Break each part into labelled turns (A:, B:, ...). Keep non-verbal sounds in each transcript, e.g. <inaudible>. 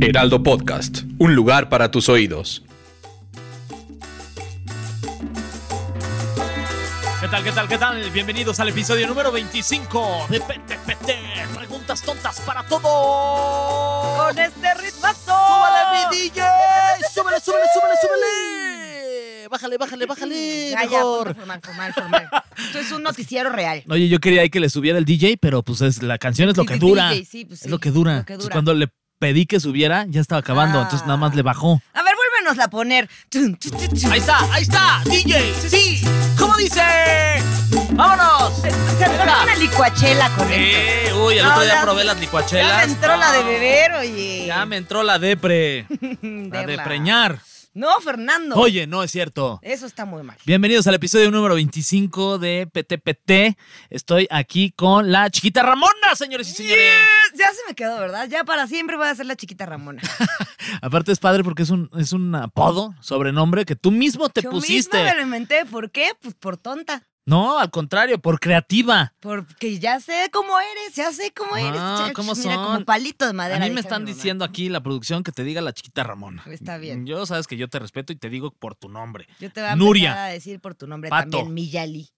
A: Heraldo Podcast, un lugar para tus oídos.
B: ¿Qué tal, qué tal, qué tal? Bienvenidos al episodio número 25 de PTPT. Preguntas tontas para todos.
C: con este ritmazo.
B: ¡Súbale, mi DJ! ¡Súbale, súbale, súbale, súbale! Bájale, bájale, bájale.
C: Ah, Ya, pues, ya,
B: mejor.
C: formal, formal, formal.
D: <laughs>
C: Esto es un noticiero real.
D: Oye, yo quería ahí que le subiera el DJ, pero pues es, la canción es lo
C: Sí,
D: que
C: sí,
D: dura.
C: DJ, sí, pues sí,
D: es lo que dura.
C: lo que
D: Entonces,
C: dura.
D: cuando le pedí que subiera, ya estaba acabando.
C: Ah.
D: Entonces nada más le bajó.
C: A ver, vuélvenosla a poner. Tun, tun, tun, tun.
B: Ahí está, ahí está. DJ, sí. ¿Cómo dice? ¡Vámonos!
C: Se me antoja una licuachela con esto.
B: Eh, uy, el
C: No,
B: otro día
C: ya-
B: probé las
C: Ya
B: licuachelas.
C: me entró la de beber, oye.
D: Ya me entró la depre. la de
C: Verla.
D: preñar.
C: No, Fernando.
D: Oye, no es cierto.
C: Eso está muy mal.
D: Bienvenidos al episodio número 25 de PTPT. Estoy aquí con la chiquita Ramona, señores y señores.
C: Ya se me quedó, ¿verdad? Ya para siempre voy a ser la chiquita Ramona.
D: Aparte es padre porque es un, es un apodo, sobrenombre que tú mismo <laughs> te
C: Yo
D: pusiste.
C: misma me lo inventé. ¿Por qué? Pues por tonta.
D: No, al contrario, por creativa.
C: Porque ya sé cómo eres, ya sé cómo
D: Ah,
C: eres. chach.
D: ¿cómo
C: Mira,
D: son?
C: como palito de madera.
D: a mí me
C: dije
D: están
C: mi mamá.
D: diciendo aquí la producción que te diga la chiquita Ramona.
C: Está bien.
D: Yo sabes que yo te respeto y te digo por tu nombre.
C: Yo te voy a
D: Nuria.
C: empezar a decir por tu nombre
D: Pato.
C: también, Miyali.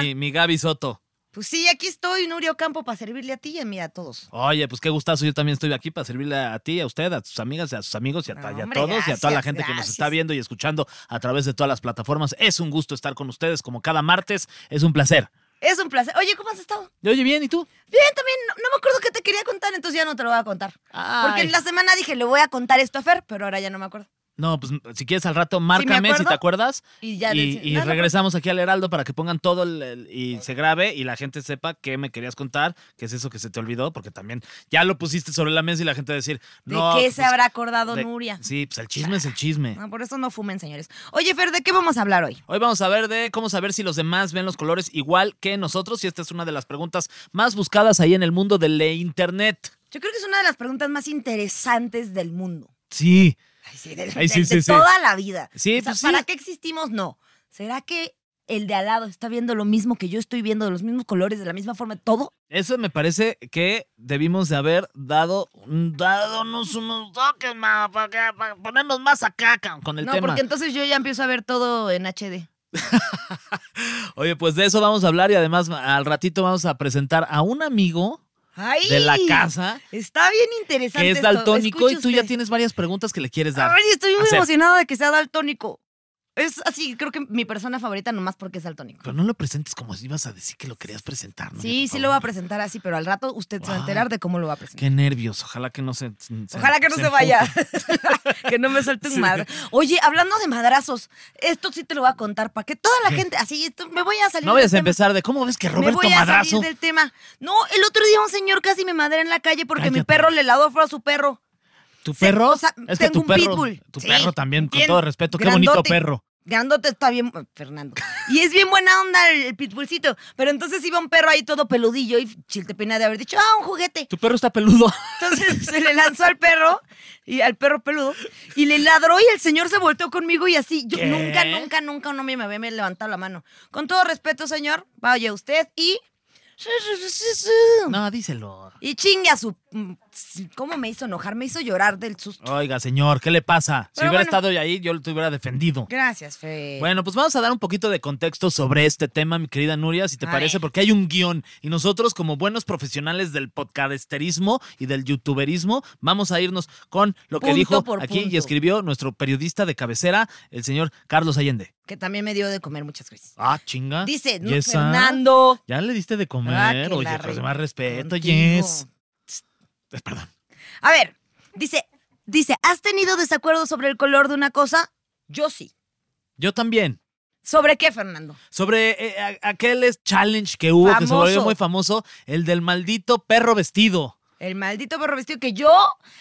D: <laughs> Mi, mi Gaby Soto.
C: Pues sí, aquí estoy, Nurio Campo, para servirle a ti y a mí a todos.
D: Oye, pues qué gustazo. Yo también estoy aquí para servirle a ti, a usted, a sus amigas, y a sus amigos y a,
C: No,
D: ta- y a
C: hombre,
D: todos y a toda la
C: gracias,
D: gente que nos está
C: gracias.
D: viendo y escuchando a través de todas las plataformas. Es un gusto estar con ustedes como cada martes. Es un placer.
C: Es un placer. Oye, ¿cómo has estado?
D: Y Oye, bien, ¿y tú?
C: Bien, también. No, no me acuerdo qué te quería contar, entonces ya no te lo voy a contar. Porque
D: Ay.
C: en la semana dije, le voy a contar esto a Fer, pero ahora ya no me acuerdo.
D: No, pues si quieres al rato, márcame si
C: acuerdo.
D: te acuerdas.
C: Y ya
D: y,
C: deci-
D: y
C: no, no,
D: regresamos aquí al Heraldo para que pongan todo el- el- y se grabe y la gente sepa qué me querías contar, qué es eso que se te olvidó, porque también ya lo pusiste sobre la mesa y la gente va a decir,
C: ¿De
D: no.
C: qué
D: pues,
C: se habrá acordado
D: de-
C: Nuria?
D: Sí, pues el chisme es el chisme.
C: No, por eso no fumen, señores. Oye, Fer, ¿de qué vamos a hablar hoy?
D: Hoy vamos a ver de cómo saber si los demás ven los colores igual que nosotros y esta es una de las preguntas más buscadas ahí en el mundo del eh, internet.
C: Yo creo que es una de las preguntas más interesantes del mundo.
D: Sí,
C: Ay, sí, del-
D: Ay, sí,
C: de-
D: sí,
C: de
D: sí.
C: toda la vida.
D: Sí,
C: O sea,
D: pues sí.
C: ¿Para qué existimos? No. ¿Será que el de al lado está viendo lo mismo que yo estoy viendo, de los mismos colores, de la misma forma, todo?
D: eso me parece que debimos de haber dado un- dádonos unos toques más para, que- para ponernos más acá cabrón, con el
C: no,
D: tema.
C: porque entonces yo ya empiezo a ver todo en HD.
D: Oye, pues de eso vamos a hablar y además al ratito vamos a presentar a un amigo
C: ¡Ay!
D: de la casa
C: Está bien interesante.
D: que es
C: esto.
D: daltónico y
C: Escuche
D: tú ya
C: usted.
D: tienes varias preguntas que le quieres dar.
C: Ay, estoy muy
D: hacer.
C: emocionada de que sea daltónico. Es así, creo que mi persona favorita nomás porque es daltónico.
D: Pero no lo presentes como si ibas a decir que lo querías presentar. ¿no?
C: Sí,
D: Por
C: sí
D: favor.
C: lo va a presentar así, pero al rato usted se va a
D: Guau.
C: enterar de cómo lo va a presentar.
D: Qué nervios, ojalá que no se... se-
C: Ojalá que no se, vaya. <laughs> que no me suelte un
D: Sí.
C: madre. Oye, hablando de madrazos, esto sí te lo voy a contar para que toda la gente, así, esto- me voy a salir
D: No
C: del
D: vayas a
C: tema.
D: empezar de cómo ves que
C: Me
D: Roberto
C: voy a
D: Madrazo...
C: salir del tema. No, el otro día un señor casi me madera en la calle porque mi
D: Cállate.
C: perro le lavó fuego a su perro.
D: ¿Tu
C: se-
D: perro?
C: o sea,
D: es que
C: tengo
D: tu
C: un
D: perro...
C: pitbull.
D: Tu
C: Sí,
D: perro también, con
C: bien
D: todo respeto. Qué
C: grandote.
D: bonito perro.
C: Grandote está bien, Fernando. Y es bien buena onda el, el pitbullcito. Pero entonces iba un perro ahí todo peludillo y chiltepina de haber dicho, ah, un juguete.
D: Tu perro está
C: <laughs>
D: peludo.
C: Entonces se le lanzó al perro y al perro peludo y le ladró y el señor se volteó conmigo y así. Yo
D: ¿Qué?
C: nunca, nunca, nunca no me había levantado la mano. Con todo respeto, señor, vaya usted y.
D: No, díselo.
C: Y chingue a su. ¿Cómo me hizo enojar? Me hizo llorar del susto.
D: Oiga, señor, ¿qué le pasa? Si
C: Pero
D: hubiera
C: bueno.
D: estado ahí, yo te hubiera defendido.
C: Gracias, Fe.
D: Bueno, pues vamos a dar un poquito de contexto sobre este tema, mi querida Nuria, si te
C: A
D: parece,
C: ver.
D: porque hay un guión y nosotros como buenos profesionales del podcasterismo y del youtuberismo vamos a irnos con lo que
C: Punto
D: dijo
C: por
D: aquí y
C: punto.
D: escribió nuestro periodista de cabecera, el señor Carlos Allende.
C: Que también me dio de comer muchas gracias.
D: Ah, chinga.
C: Dice, no,
D: ¿Y esa?
C: Fernando.
D: Ya le diste de comer,
C: Ah, que
D: oye,
C: la
D: pues
C: re-
D: más respeto,
C: contigo.
D: yes. Eh, Perdón.
C: A ver, dice, dice, ¿has tenido desacuerdo sobre el color de una cosa? Yo sí.
D: Yo también.
C: ¿Sobre qué, Fernando?
D: Sobre eh, a- aquel es- challenge que hubo que se volvió
C: Famoso.
D: muy famoso, el del maldito perro vestido.
C: El maldito perro vestido que yo.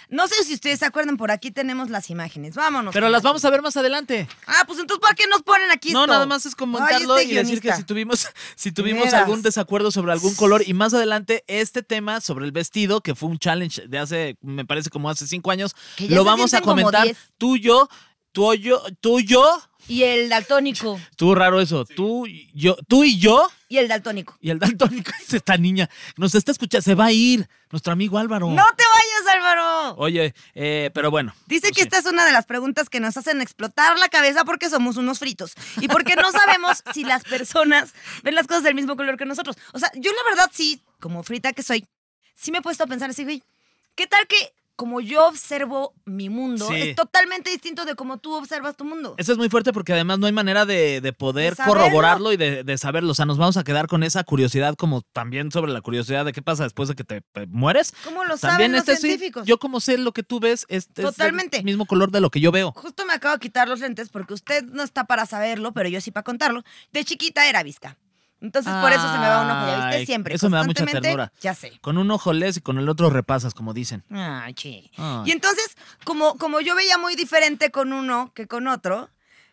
C: No sé si ustedes se acuerdan, por aquí tenemos las imágenes. Vámonos.
D: Pero las vamos a ver más adelante.
C: Ah, pues entonces, ¿por qué nos ponen aquí
D: No,
C: esto?
D: nada más es comentarlo
C: Ay, este
D: y decir que
C: guionista.
D: si tuvimos, <laughs> si tuvimos
C: Veras.
D: algún desacuerdo sobre algún color y más adelante este tema sobre el vestido, que fue un challenge de hace, me parece como hace cinco años,
C: Que ya
D: lo
C: se
D: vamos a
C: sienten como
D: comentar
C: 10.
D: tú, yo, tú, yo, tú, yo,
C: Y el daltónico.
D: tú raro eso, tú, yo, tú y yo.
C: Y el daltónico.
D: Y el daltónico es <laughs> esta niña. Nos está escuchando, se va a ir nuestro amigo Álvaro.
C: ¡No te vayas, Álvaro!
D: Oye, eh, pero bueno.
C: Dice
D: pues
C: que
D: sí.
C: esta es una de las preguntas que nos hacen explotar la cabeza porque somos unos fritos y porque no sabemos si las personas ven las cosas del mismo color que nosotros. O sea, yo la verdad sí, como frita que soy, sí me he puesto a pensar así, güey, ¿qué tal que como yo observo mi mundo
D: Sí.
C: es totalmente distinto de como tú observas tu mundo?
D: Eso es muy fuerte porque además no hay manera de, de poder
C: De saberlo.
D: corroborarlo y de, de saberlo. O sea, nos vamos a quedar con esa curiosidad, como también sobre la curiosidad de qué pasa después de que te eh, mueres.
C: ¿Cómo lo
D: también
C: saben los
D: este sí,
C: científicos?
D: yo como sé lo que tú ves, este es el
C: Totalmente.
D: mismo color de lo que yo veo.
C: Justo me acabo de quitar los lentes porque usted no está para saberlo, pero yo sí para contarlo. De chiquita era vista. Entonces por eso se me va un ojo, ya
D: Ay,
C: viste siempre.
D: eso me da mucha
C: constantemente,
D: ternura.
C: Ya sé.
D: Con un ojo lees y con el otro repasas, como dicen.
C: Ah, che.
D: Ay.
C: Y entonces, como, como yo veía muy diferente con uno que con otro,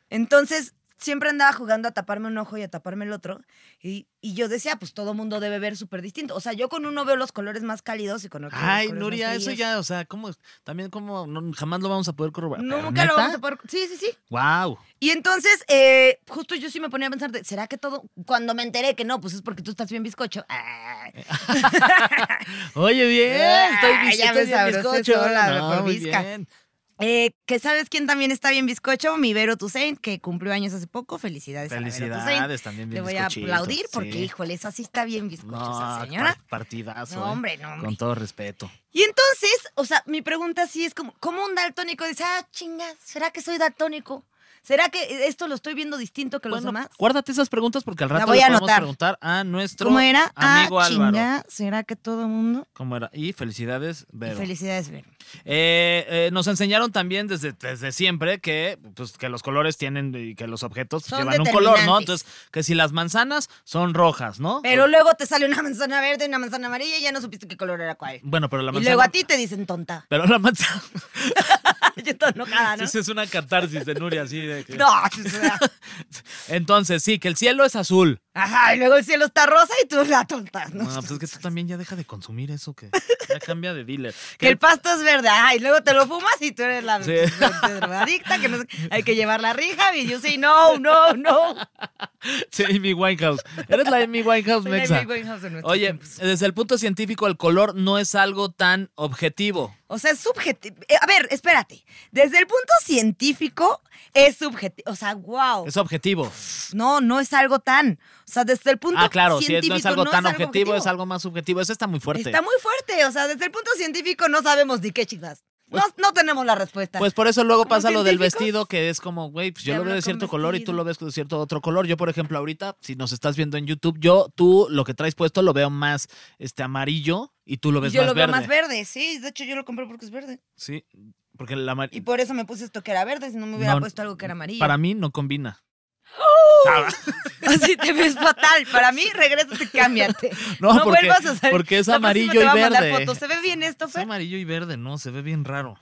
C: entonces siempre andaba jugando a taparme un ojo y a taparme el otro. Y, y yo decía, pues todo mundo debe ver súper distinto. O sea, yo con uno veo los colores más cálidos y con otro.
D: Ay,
C: los colores
D: Nuria,
C: más
D: eso
C: fríos.
D: ya, o sea, como también como no- jamás lo vamos a poder corroborar.
C: Nunca lo vamos a poder. Sí, sí, sí.
D: Wow.
C: Y entonces, eh, justo yo sí me ponía a pensar, de, ¿será que todo? Cuando me enteré que no, pues es porque tú estás bien bizcocho. Ah.
D: Eh, Oye, bien, estoy
C: Ah,
D: bis-
C: ya me
D: estoy bien
C: sabrosé
D: bizcocho.
C: sola,
D: No,
C: por
D: muy
C: bizca.
D: bien.
C: Eh, que sabes quién también está bien bizcocho, mi Vero Toussaint, que cumplió años hace poco. Felicidades. a la Vero Toussaint.
D: Felicidades también, bien
C: Le pues, voy a
D: bizcochito,
C: aplaudir porque,
D: sí.
C: híjole, esa sí está bien bizcocho, esa
D: No,
C: señora.
D: par- partidazo.
C: No,
D: ¿eh?
C: hombre, no, hombre.
D: Con todo respeto.
C: Y entonces, o sea, mi pregunta sí es como, ¿cómo un daltónico dice, ah, chingas, ¿será que soy daltónico? ¿Será que esto lo estoy viendo distinto que los
D: Bueno,
C: demás?
D: guárdate esas preguntas porque al
C: La
D: rato
C: voy
D: le
C: a
D: podemos
C: anotar.
D: preguntar a nuestro
C: ¿Cómo era?
D: amigo
C: ah,
D: Álvaro.
C: chinga, ¿será que todo mundo?
D: ¿Cómo era? Y felicidades,
C: Y
D: Vero.
C: felicidades, Vero.
D: Eh, eh, nos enseñaron también desde, desde siempre que, pues, que los colores tienen y que los objetos
C: Son
D: llevan un color, ¿no?
C: determinantes.
D: Entonces, que si las manzanas son rojas, ¿no?
C: Pero luego te sale una manzana verde y una manzana amarilla y ya no supiste qué color era cuál.
D: bueno, pero la
C: y
D: manzana.
C: luego a ti te dicen tonta. <laughs>
D: Pero la manzana.
C: Yo estoy enojada, Ah,
D: <laughs>
C: ¿no?
D: Sí, sí, es una catarsis de Nuria, así de que-
C: <laughs> No, o sea,
D: Entonces, sí, que el cielo es azul.
C: ajá, y luego el cielo está rosa y tú la tonta, ¿no?
D: No, <laughs> pues es que tú también ya deja de consumir eso que ya cambia de dealer.
C: <laughs> Que el pasto es verde, ajá, y luego te lo fumas y tú eres la <laughs>
D: Sí.
C: drogadicta, que no sé- hay que llevar la rija, y yo sí, no, no,
D: <laughs>
C: no.
D: Sí, Amy Winehouse. Eres la Amy Winehouse
C: Soy la
D: Mexa.
C: Amy Winehouse de nuestros
D: Oye,
C: tiempos.
D: desde el punto científico, el color no es algo tan objetivo.
C: O sea, es subjetivo. a ver, espérate. Desde el punto científico es subjetivo. O sea, wow.
D: Es objetivo.
C: No, no es algo tan. O sea, desde el punto
D: Ah, claro, sí,
C: científico.
D: no es algo tan objetivo, es algo más subjetivo. Eso está muy fuerte.
C: Está muy fuerte. O sea, desde el punto científico no sabemos ni qué, chicas. No, no tenemos la respuesta.
D: Pues por eso luego
C: Como
D: pasa lo del
C: científicos.
D: vestido, que es como, güey, pues yo
C: Te
D: lo veo
C: hablo
D: de
C: con
D: cierto color y tú
C: vestido.
D: lo ves de cierto otro color. Yo, por ejemplo, ahorita, si nos estás viendo en YouTube, yo, tú lo que traes puesto lo veo más este amarillo y tú lo
C: Y
D: ves
C: yo
D: pues, más
C: lo veo
D: verde.
C: más verde, sí. De hecho, yo lo compré porque es verde.
D: Sí, porque el amar-
C: Y por eso me puse esto que era verde, si no me hubiera
D: No,
C: puesto algo que era amarillo.
D: para mí no combina.
C: <laughs> Así te ves fatal. Para mí, regrésate, cámbiate.
D: <laughs> No, porque-
C: vuelvas a salir.
D: porque es
C: La próxima
D: amarillo
C: te
D: y
C: voy a mandar
D: verde.
C: fotos. ¿Se ve bien esto,
D: Es
C: Fer?
D: amarillo y verde, no, se ve bien raro.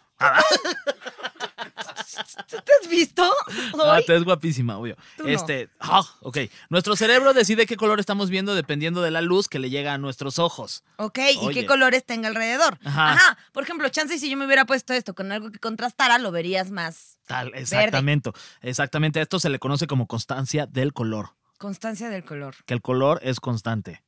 C: ¿Tú te has visto?
D: <laughs> Ah,
C: hoy?
D: te es guapísima, obvio.
C: Tú no.
D: este, ah, ok. Nuestro cerebro decide qué color estamos viendo dependiendo de la luz que le llega a nuestros ojos.
C: Ok, y
D: Oye.
C: qué colores tenga alrededor.
D: Ajá.
C: Ajá. Por ejemplo, chance y si yo me hubiera puesto esto con algo que contrastara, lo verías más.
D: Tal, exactamente. Exactamente. A esto se le conoce como constancia del color.
C: Constancia del color.
D: Que el color es constante.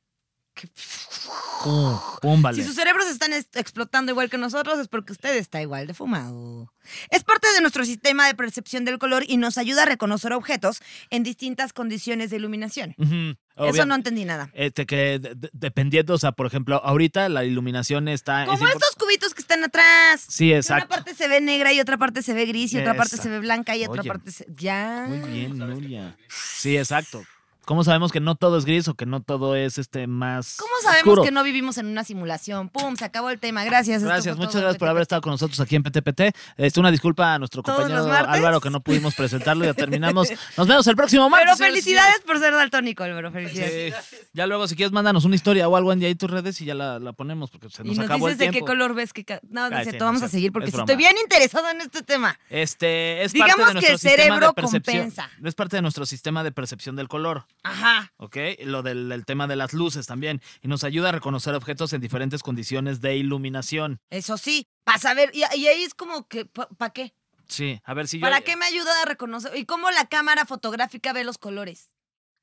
D: Pum, pum, vale.
C: Si sus cerebros están est- explotando igual que nosotros, es porque usted está igual de fumado. Es parte de nuestro sistema de percepción del color y nos ayuda a reconocer objetos en distintas condiciones de iluminación.
D: Ujú, obvio.
C: Eso no entendí nada.
D: Este, que de- de- dependiendo, o sea, por ejemplo, ahorita la iluminación está. Ah, es
C: Como
D: import-
C: estos cubitos que están atrás.
D: Sí,
C: Que Una
D: exacto.
C: parte se ve negra y otra parte se ve gris y otra parte
D: Esa.
C: se ve blanca y otra
D: Oye.
C: parte se... Ya.
D: Muy bien, Nuria. Ah, Sí, exacto. ¿Cómo sabemos que no todo es gris o que no todo es este más
C: ¿Cómo sabemos
D: oscuro?
C: que no vivimos en una simulación? Pum, se acabó el tema. Gracias. esto
D: Gracias,
C: fue
D: muchas
C: todo.
D: gracias por haber estado con nosotros aquí en PTPT. Este, una disculpa a nuestro
C: Todos
D: compañero
C: los martes.
D: Álvaro que no pudimos presentarlo, ya
C: <laughs>
D: terminamos. Nos vemos el próximo martes.
C: Pero
D: señores y
C: felicidades por ser daltónico, Álvaro. Felicidades.
D: señores. Sí. Ya luego, si quieres, mándanos una historia o algo en ahí tus redes y ya la, la ponemos porque se nos,
C: Y nos
D: acabó
C: dices
D: el
C: de qué
D: tiempo.
C: color ves que... ca- No,
D: Ay, sí,
C: dice,
D: no
C: tú vamos
D: sé.
C: a seguir porque
D: Es
C: si
D: broma.
C: estoy bien interesado en este tema.
D: Este, es
C: Digamos
D: parte de
C: que
D: nuestro
C: el
D: sistema
C: cerebro
D: de percepción.
C: compensa.
D: Es parte de nuestro sistema de percepción del color.
C: Ajá.
D: ¿ok? Lo del, del tema de las luces también. Y nos ayuda a reconocer objetos en diferentes condiciones de iluminación.
C: Eso sí, para saber. Y, y ahí es como que, ¿para qué?
D: Sí, a ver si yo.
C: ¿Para qué me ayuda a reconocer? ¿Y cómo la cámara fotográfica ve los colores?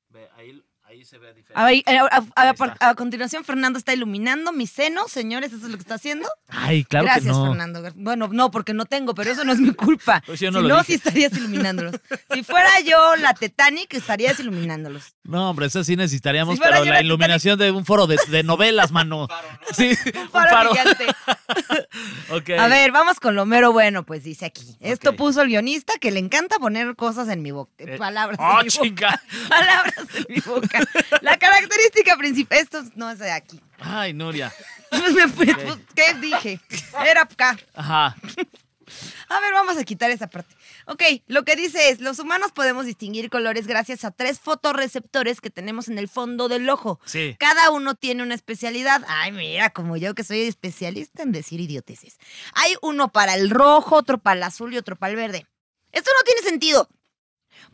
D: Ve, Ahí, ahí se ve diferente.
C: A, ver, a- a- a-
D: Ahí
C: por-
D: está.
C: a continuación, Fernando está iluminando mi seno, señores, eso es lo que está haciendo.
D: Ay, claro
C: Gracias,
D: que no.
C: Fernando. Bueno, no, porque no tengo, pero eso no es mi <laughs> culpa.
D: Pues yo no
C: si
D: lo
C: no,
D: dije.
C: sí estarías iluminándolos. si fuera yo la Titanic, estarías iluminándolos.
D: No, hombre, eso sí necesitaríamos,
C: Si fuera
D: pero
C: yo
D: la
C: la
D: iluminación de un foro de, de novelas, <laughs> mano. Sí, un
C: Faro
D: faro.
C: gigante.
D: Ok.
C: A ver, vamos con lo mero bueno, pues dice aquí. Esto
D: Ok.
C: puso el guionista que le encanta poner cosas en mi boca.
D: Eh,
C: palabras.
D: ¡Oh,
C: en mi boca.
D: chinga!
C: <laughs> Palabras en mi boca. La característica principal. Esto no es de aquí. <laughs>
D: Ay, Nuria.
C: Pues me fui- pues, ¿Qué dije? Era acá.
D: Ajá.
C: A ver, vamos a quitar esa parte. Ok, lo que dice es, los humanos podemos distinguir colores gracias a tres fotorreceptores que tenemos en el fondo del ojo.
D: Sí.
C: Cada uno tiene una especialidad. Ay, mira, como yo que soy especialista en decir idioteces. Hay uno para el rojo, otro para el azul y otro para el verde. Esto no tiene sentido,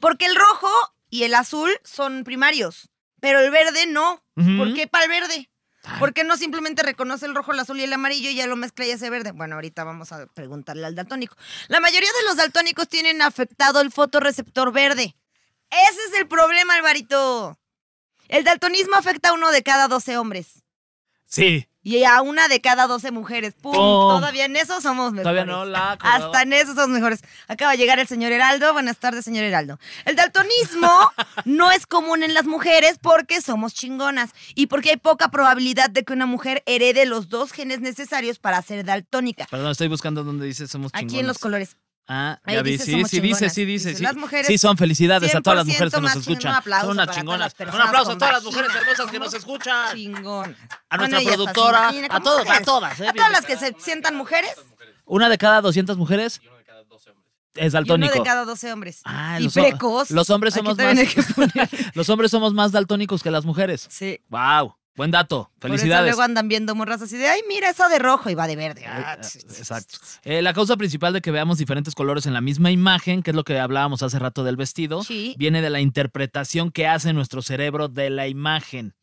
C: porque el rojo y el azul son primarios, pero el verde no.
D: Ujú.
C: ¿Por qué para el verde?
D: Ay.
C: ¿Por qué no simplemente reconoce el rojo, el azul y el amarillo y ya lo mezcla y hace verde? Bueno, ahorita vamos a preguntarle al daltónico. La mayoría de los daltónicos tienen afectado el fotorreceptor verde. Ese es el problema, Alvarito. El daltonismo afecta a uno de cada 12 hombres
D: Sí.
C: y a una de cada 12 mujeres.
D: ¡Pum!
C: ¡Pum! Todavía en eso somos mejores.
D: Todavía no la acordaba.
C: Hasta en eso somos mejores. Acaba de llegar el señor Heraldo. Buenas tardes, señor Heraldo.
D: <laughs>
C: El daltonismo no es común en las mujeres porque somos chingonas y porque hay poca probabilidad de que una mujer herede los dos genes necesarios para ser daltónica.
D: Perdón, estoy buscando donde dice somos chingones.
C: Aquí en los colores.
D: Ah,
C: Ahí
D: ya vi,
C: dice
D: sí,
C: somos
D: sí, dice,
C: chingonas.
D: sí, dice.
C: Dice,
D: sí,
C: las mujeres
D: sí, son felicidades a todas las
C: 100%
D: mujeres que nos
C: más chingonas.
D: escuchan.
C: Un aplauso
D: Son unas
C: para todas
D: chingonas.
C: las
D: Un
C: personas
D: aplauso a
C: con
D: todas las
C: vagina.
D: mujeres hermosas que nos
C: Somos
D: escuchan.
C: Chingonas.
D: A nuestra
C: y hasta se
D: productora,
C: imagina,
D: a
C: como
D: todas,
C: mujeres.
D: a todas, eh,
C: A todas las que se sientan mujeres.
D: Una de cada 200 mujeres es daltónico.
C: Y uno de cada 12 hombres.
D: Ah,
C: y
D: los hom-
C: precoz.
D: Los hombres
C: Aquí
D: somos más.
C: también hay que
D: <laughs>
C: poner-
D: los hombres somos más daltónicos que las mujeres.
C: sí.
D: Wow, buen dato.
C: Por eso
D: Felicidades.
C: luego andan viendo morras así de, ay, mira, eso de rojo y va de verde.
D: Eh,
C: Ah,
D: eh, Exacto. Eh, la causa principal de que veamos diferentes colores en la misma imagen, que es lo que hablábamos hace rato del vestido,
C: Sí.
D: viene de la interpretación que hace nuestro cerebro de la imagen.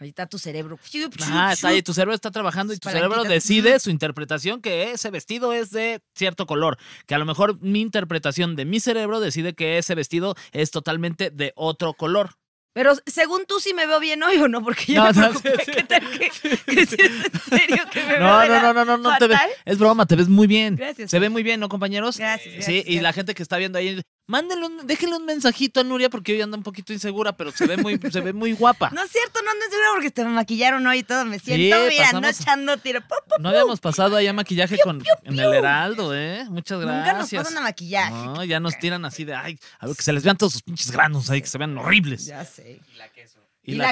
C: Ahí está tu cerebro.
D: Ajá, Ah, está ahí, tu cerebro está trabajando y
C: Sus
D: tu cerebro
C: palanquitas.
D: decide su interpretación que ese vestido es de cierto color. Que a lo mejor mi interpretación de mi cerebro decide que ese vestido es totalmente de otro color.
C: Pero según tú, si me veo bien hoy o no, porque yo
D: No,
C: me
D: no,
C: preocupé.
D: <laughs> sí, sí.
C: ¿Qué tal que, que si es en serio que me veo
D: No,
C: de
D: no,
C: la-
D: no, no, no, no te ve-
C: fatal?
D: Es broma, te ves muy bien.
C: Gracias.
D: Se ve muy bien, ¿no, compañeros?
C: Gracias,
D: Sí,
C: gracias,
D: y la
C: gracias.
D: gente que está viendo ahí, mándenle un, déjenle un mensajito a Nuria porque hoy anda un poquito insegura, pero se ve muy, se ve muy guapa.
C: No es cierto, no andes segura porque te maquillaron hoy y todo. Me
D: Sí,
C: siento, mira, no
D: pasamos-
C: echando tiro. Pu, pu,
D: No
C: pu.
D: habíamos pasado allá maquillaje con en el Heraldo, ¿eh? Muchas gracias.
C: Nunca nos pasan a maquillaje.
D: No, ya nos tiran así de, ay, a ver que se les vean todos sus pinches granos ahí, que se vean horribles.
C: Ya sé. Y la
D: queso.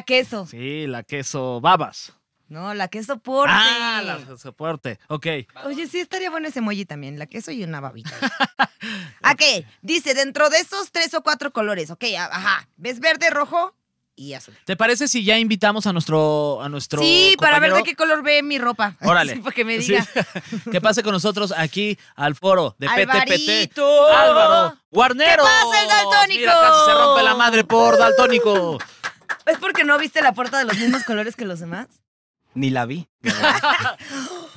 C: queso.
D: Sí, la queso babas.
C: No, la queso por.
D: Ah, la queso soporte. Ok.
C: Oye, sí, estaría bueno ese emoji también, la queso y
D: <laughs>
C: una babita. ¿A qué? Dice, dentro de esos tres o cuatro colores, ok, a- ajá, ¿ves verde, rojo y azul?
D: ¿Te parece si ya invitamos a nuestro a nuestro
C: sí, para ver de
D: compañero?
C: qué color ve mi ropa. <laughs>
D: Órale.
C: Sí, para que me diga.
D: Sí. <laughs> que pase con nosotros aquí al foro de PTPT.
C: Alvarito.
D: Álvaro Guarnero.
C: ¿Qué pasa, el daltónico?
D: Mira, casi se rompe la madre por
C: <laughs>
D: daltónico.
C: ¿Es porque no viste la puerta de los mismos colores que los demás?
E: Ni la vi.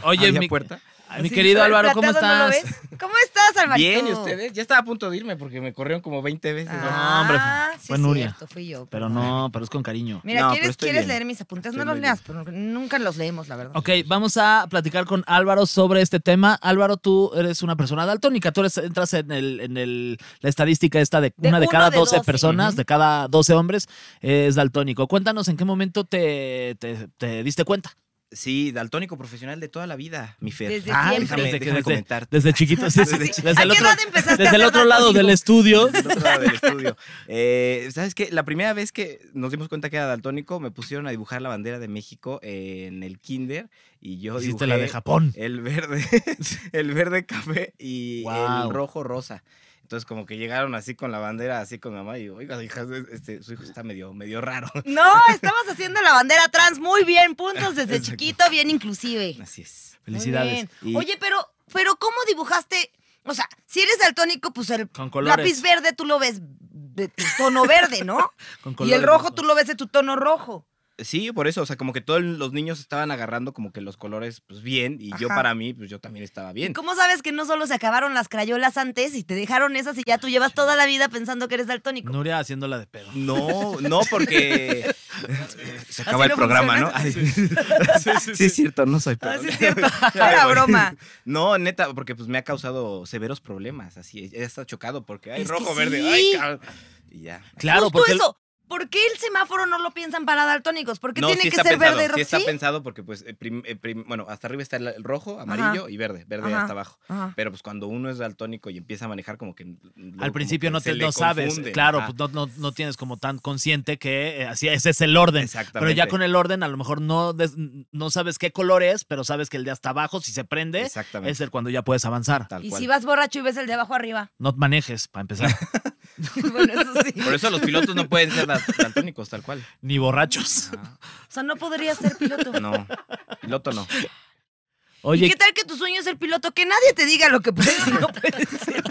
D: Oye,
E: ¿Había
D: mi,
E: puerta?
D: Ay, mi
C: Así,
D: querido
C: todo el
D: Álvaro, ¿cómo
C: plateado, ¿no lo
D: estás?
C: ves? ¿Cómo estás, Alvarito?
E: Bien, ¿y ustedes? Ya estaba a punto de irme porque me corrieron como 20 veces. ¿no?
C: Ah,
D: hombre,
C: sí
D: fue
C: es
D: Nuria.
C: cierto, fui yo.
D: pero
C: perdón.
D: no, pero es con cariño.
C: Mira,
E: No, pero
C: ¿quieres,
E: estoy
C: quieres
E: bien.
C: leer mis apuntes?
E: Estoy
C: no los
E: muy
C: leas, porque nunca los leemos, la verdad.
D: Ok, vamos a platicar con Álvaro sobre este tema. Álvaro, tú eres una persona daltónica. Tú eres- entras en, el, en el- la estadística esta de,
C: De
D: una de
C: uno
D: cada
C: de
D: 12,
C: 12.
D: personas, de cada 12 hombres, eh, es daltónico. Cuéntanos en qué momento te, te- te diste cuenta.
E: Sí, daltónico profesional de toda la vida, mi Fer.
C: Desde
E: Ah,
C: siempre.
E: déjame,
D: Desde que-
E: déjame
D: desde- <laughs>
E: comentarte.
D: Desde chiquito, sí, sí,
E: Desde
D: sí.
E: chiquito.
D: Desde el
C: ¿A qué
D: otro,
C: edad empezaste a
D: desde el
C: hacer
D: otro lado
C: daltonismo?
D: del
C: <laughs>
D: estudio.
E: del otro lado del estudio. Eh, ¿Sabes qué? La primera vez que nos dimos cuenta que era daltónico, me pusieron a dibujar la bandera de México en el kinder y yo
D: Hiciste
E: dibujé
D: la de Japón.
E: el verde, <laughs> el verde café y
D: Guau.
E: el rojo rosa. Entonces como que llegaron así con la bandera, así con mi mamá y digo, oiga, hija, este, su hijo está medio, medio raro. <laughs>
C: No, estabas haciendo la bandera trans muy bien, puntos desde
E: Exacto.
C: chiquito, bien inclusive.
E: Así es.
C: Muy
D: Felicidades.
C: bien.
E: Y-
C: Oye, pero, pero ¿cómo dibujaste? O sea, si eres daltónico, pues el
D: Con colores.
C: lápiz verde tú lo ves de tu tono verde,
E: <laughs>
C: ¿no?
D: Con
C: y el
D: colores,
C: rojo
D: ¿no?
C: tú lo ves de tu tono rojo.
E: Sí, por eso, o sea, como que todos los niños estaban agarrando como que los colores, pues bien, y yo
C: Ajá.
E: para mí, pues yo también estaba bien.
C: ¿Cómo sabes que no solo se acabaron las crayolas antes y te dejaron esas y ya tú llevas toda la vida pensando que eres daltónico?
D: Nuria haciéndola de pedo.
E: No, no,
C: <laughs>
E: porque <laughs> se
C: Así
E: acaba el
C: no
E: programa,
C: funciona.
E: ¿no? Ay, <laughs> sí, es cierto, no soy
C: Ah, sí,
E: pedo.
C: es cierto.
E: <laughs> Ya me
C: Era
E: voy.
C: broma.
E: No, neta, porque pues me ha causado severos problemas, así, he estado chocado porque hay
C: Es que
E: rojo, verde,
C: sí.
E: ay, cabrón. Y ya.
D: Claro,
C: Justo
D: porque el-
C: eso. ¿Por qué el semáforo no lo piensan para daltónicos? ¿Por qué
E: no,
C: tiene
E: sí
C: que
E: está
C: ser
E: pensado,
C: verde y rojo?
E: sí está
C: ¿Sí?
E: pensado porque pues, eh, prim- eh, prim- bueno, hasta arriba está el- el rojo, amarillo y verde, verde
C: Ajá.
E: hasta abajo.
C: Ajá.
E: Pero pues cuando uno es daltónico y empieza a manejar como que...
D: al principio no, te, no sabes. Claro,
E: Ah,
D: pues no, no- no tienes como tan consciente que eh, así ese es el orden. Pero ya
E: Exactamente.
D: con el orden, a lo mejor no, des- no sabes qué color es, pero sabes que el de hasta abajo, si se prende,
E: Exactamente.
D: es el cuando ya puedes avanzar.
E: Tal
C: Y
E: cual.
C: si vas borracho y ves el de abajo arriba.
D: No manejes, para
C: <laughs>
D: empezar.
C: bueno, eso sí.
E: Por eso los pilotos no pueden ser dal- daltónicos, tal cual.
D: Ni
C: <laughs>
D: borrachos.
C: O sea, no podría ser piloto.
E: Ah, No, piloto
D: <laughs>
E: no.
C: ¿Y
D: Oye,
C: qué tal que tu sueño es ser piloto? Que nadie te diga lo que puedes
D: <laughs>
C: y no puedes ser.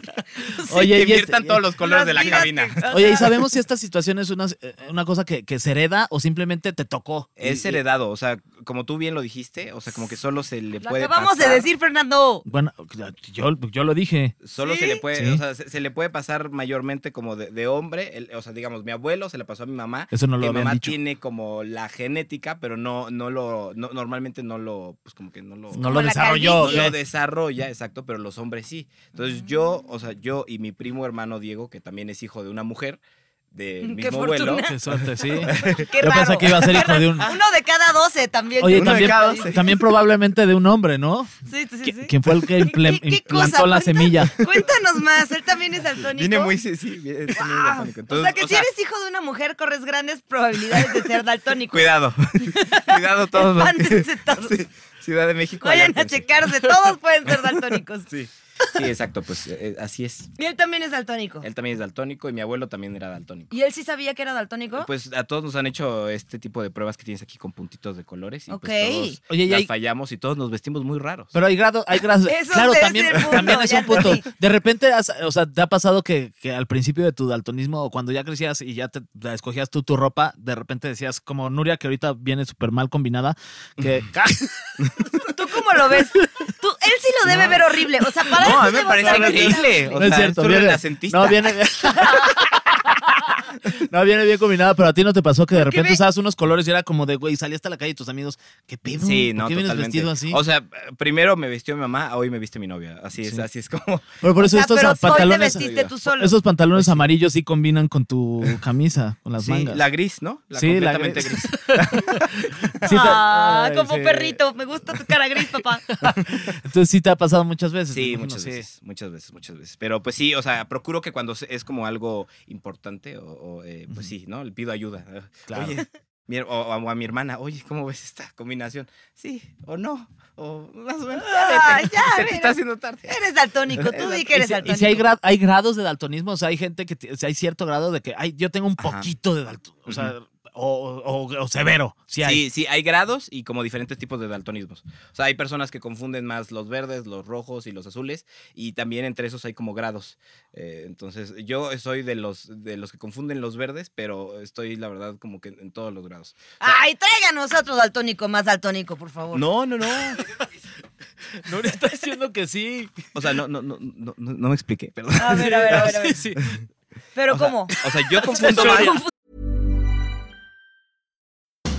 D: oye,
E: que
D: y este-
E: inviertan todos
D: <laughs>
E: los colores de la
C: Las vidas
E: cabina.
C: que-
D: Oye, ¿y sabemos si esta situación es una, eh, una cosa que, que se hereda o simplemente te tocó?
E: Es
D: Y- y-
C: Eh.
E: heredado, o sea, como tú bien lo dijiste, o sea, como que solo se le
C: Lo
E: puede
C: acabamos
E: pasar.
C: de decir, Fernando.
D: Bueno, yo, yo lo dije.
E: Solo se le puede,
D: Sí.
E: o sea, se, se le puede pasar mayormente como de, de hombre, el- o sea, digamos, mi abuelo se le pasó a mi mamá.
D: Eso no lo
E: mi
D: habían
E: mamá
D: dicho.
E: tiene como la genética, pero no, no lo, no- normalmente no lo, pues como que no lo,
D: No
C: Como
D: lo
C: la
D: desarrolló.
E: no
C: calvicie.
E: lo
D: ¿ok?
E: desarrolla, exacto, pero los hombres sí.
C: Ah.
E: Entonces yo, o sea, yo y mi primo hermano Diego, que también es hijo de una mujer, del
C: Mm, Qué
E: mismo abuelo.
C: fortuna.
D: Qué suerte, sí.
C: <laughs> Qué
D: Yo
C: raro.
D: pensé que iba a ser hijo de un.
C: Uno de cada doce también.
D: Oye,
E: Uno de
D: también,
E: cada doce.
D: también probablemente de un hombre, ¿no?
C: Sí, sí, sí, sí.
D: ¿Qui- ¿Quién fue el que
C: ¿Qué-
D: imple-
C: qué- qué
D: implantó
C: cosa?
D: la
C: Cuenta-
D: semilla?
C: <laughs> Cuéntanos más. Él también es daltónico.
E: Viene muy, sí, sí, viene- es muy
C: Ah, o
E: daltónico. Entonces,
C: sea, que si eres hijo de una mujer, corres grandes probabilidades de ser daltónico.
E: Cuidado, <laughs>
C: <laughs>
E: cuidado todos. los-
C: Espántense todos.
E: <laughs> Sí, Ciudad de México.
C: Vayan a
E: alértense.
C: checarse. Todos pueden
D: <laughs>
C: ser daltónicos.
E: Sí, sí, exacto, pues eh, así es.
C: Y él también es daltónico.
E: Él también es daltónico y mi abuelo también era daltónico.
C: ¿Y él sí sabía que era daltónico?
E: Pues a todos nos han hecho este tipo de pruebas que tienes aquí con puntitos de colores y pues,
C: Ok.
E: todos
D: Oye, y
E: las
D: hay-
E: fallamos y todos nos vestimos muy raros.
D: Pero hay grados, hay grados.
C: Eso
D: claro,
C: es
D: también,
C: el punto,
D: también es
C: ya
D: un punto.
C: entendí.
D: De repente, has- o sea, ¿te ha pasado que, que al principio de tu daltonismo o cuando ya crecías y ya te la escogías tú tu ropa, de repente decías, como Nuria, que ahorita viene súper mal combinada, que.
C: ¿Tú cómo lo ves? Tú- él sí lo debe ver horrible. O sea, para él
E: no, a
C: sí
E: mí me
C: debe
E: parece
C: estar-
E: increíble. O
D: no es
E: sea,
D: cierto,
E: tú eres
D: viene,
E: renacentista.
D: no viene bien. <laughs> no viene bien combinada, pero a ti no te pasó que de repente
C: ve-
D: usabas unos colores y era como de güey, salí hasta la calle y tus amigos, qué pedo,
E: Sí,
D: ¿por
E: no,
D: qué vienes
E: totalmente.
D: vestido así?
E: O sea, primero me vistió mi mamá, hoy me viste mi novia. Así es,
D: Sí.
E: así es como.
D: pero por
C: O
D: eso
C: sea,
D: estos
C: pero
D: ah, pantalones,
C: hoy te vestiste tú solo.
D: esos pantalones amarillos sí combinan con tu camisa, con las
E: Pues sí,
D: mangas.
E: la gris, ¿no? La
D: Sí, la
E: completamente
D: gris.
E: gris.
D: Sí te-
C: Ah,
D: ay,
C: como
D: sí.
C: perrito. Me gusta tu cara gris, papá.
D: Entonces sí te ha pasado muchas veces. me
E: Sí,
D: imagino,
E: muchas veces, muchas veces, muchas veces. Pero pues sí, o sea, procuro que cuando se- es como algo importante, o, o, eh, pues sí, ¿no? Le pido ayuda. Eh,
D: Claro.
E: Oye, mi her- o, o a mi hermana, oye, ¿cómo ves esta combinación? Sí, o no, o más o menos. ya
C: Ah,
E: <laughs> vete,
C: ya,
E: se
C: mira.
E: te está haciendo tarde.
D: Eh,
C: Eres daltónico. Tú di que
D: Y
C: eres
D: si, y si
C: daltónico.
D: hay, gra- hay grados de daltonismo, o sea, hay gente que, t- o sea, hay cierto grado de que, ay, yo tengo un
E: Ajá.
D: poquito de daltonismo, o sea, o, o- o severo, sí hay. <laughs>
E: Sí, sí, hay grados y como diferentes tipos de daltonismos. O sea, hay personas que confunden más los verdes, los rojos y los azules, y también entre esos hay como grados. Eh, entonces, yo soy de los, de los que confunden los verdes, pero estoy, la verdad, como que en todos los grados.
C: Ay, tráiganos otro daltónico más daltónico, por favor.
E: No, no, no.
D: No le está diciendo que sí.
E: O sea, no, no, no, no, no- no me expliqué, perdón.
C: A ver, a ver, a ver. a ver.
D: <laughs> Sí, sí.
E: Pues.
C: Pero
E: O sea,
C: ¿cómo?
E: <laughs> O sea,
C: <laughs>
E: yo confundo
D: Nuria.
E: más.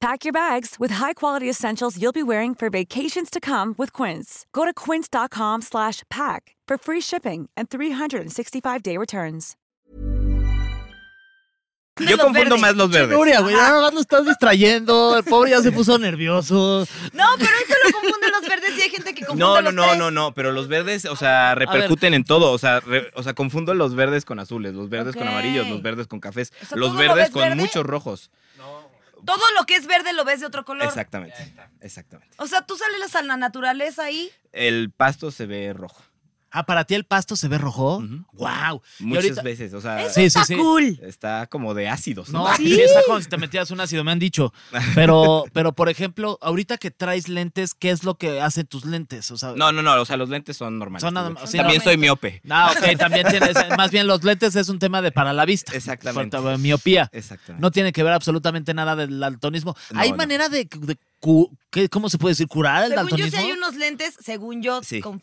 F: Pack your bags with high-quality essentials you'll be wearing for vacations to come with Quince. Go to quince.com slash pack for free shipping and 365-day returns.
E: Yo
C: los
E: confundo
C: verdes.
E: más los verdes.
D: Nuria, güey, nada más lo estás distrayendo. El pobre ya se puso nervioso.
C: No, pero eso lo confunden los verdes y hay gente que confunde
E: No, no,
C: los
E: no,
C: tres.
E: no, no, pero los verdes, o sea, repercuten en todo, o sea, re- o sea, confundo los verdes con azules, los verdes
C: Ok.
E: con amarillos, los verdes con cafés,
C: O sea,
E: los
C: ¿todo lo
E: verdes
C: ves
E: con
C: verde?
E: muchos rojos.
C: Todo lo que es verde lo ves de otro color.
E: Exactamente, exactamente.
C: O sea, tú sales a la naturaleza ahí.
E: El pasto se ve rojo
D: Ah, para ti el pasto se ve rojo.
E: Ujú.
D: Wow.
E: muchas veces, o sea,
C: Eso
D: Sí, sí,
C: está
D: sí.
C: cool.
E: está como de ácidos, Pues ¿no?
D: No,
E: <laughs>
D: sí, está como si te metías un ácido, me han dicho. Pero, pero por ejemplo, ahorita que traes lentes, ¿qué es lo que hacen tus lentes? O sea,
E: No, no, no, o sea, los lentes son normales.
D: Son nada
E: güey.
D: más- sí,
E: También
D: no.
E: soy miope.
D: Ah, ok, también tienes. Más bien, los lentes es un tema de para la vista.
E: Exactamente.
D: Falta- Miopía.
E: Exactamente.
D: No tiene que ver absolutamente nada del daltonismo.
E: No,
D: ¿Hay
E: no.
D: manera de, de cu- qué- ¿Cómo se puede decir? ¿Curar el
C: Según yo, si
D: daltonismo?
C: hay unos lentes, según yo,
E: Sí.
C: con-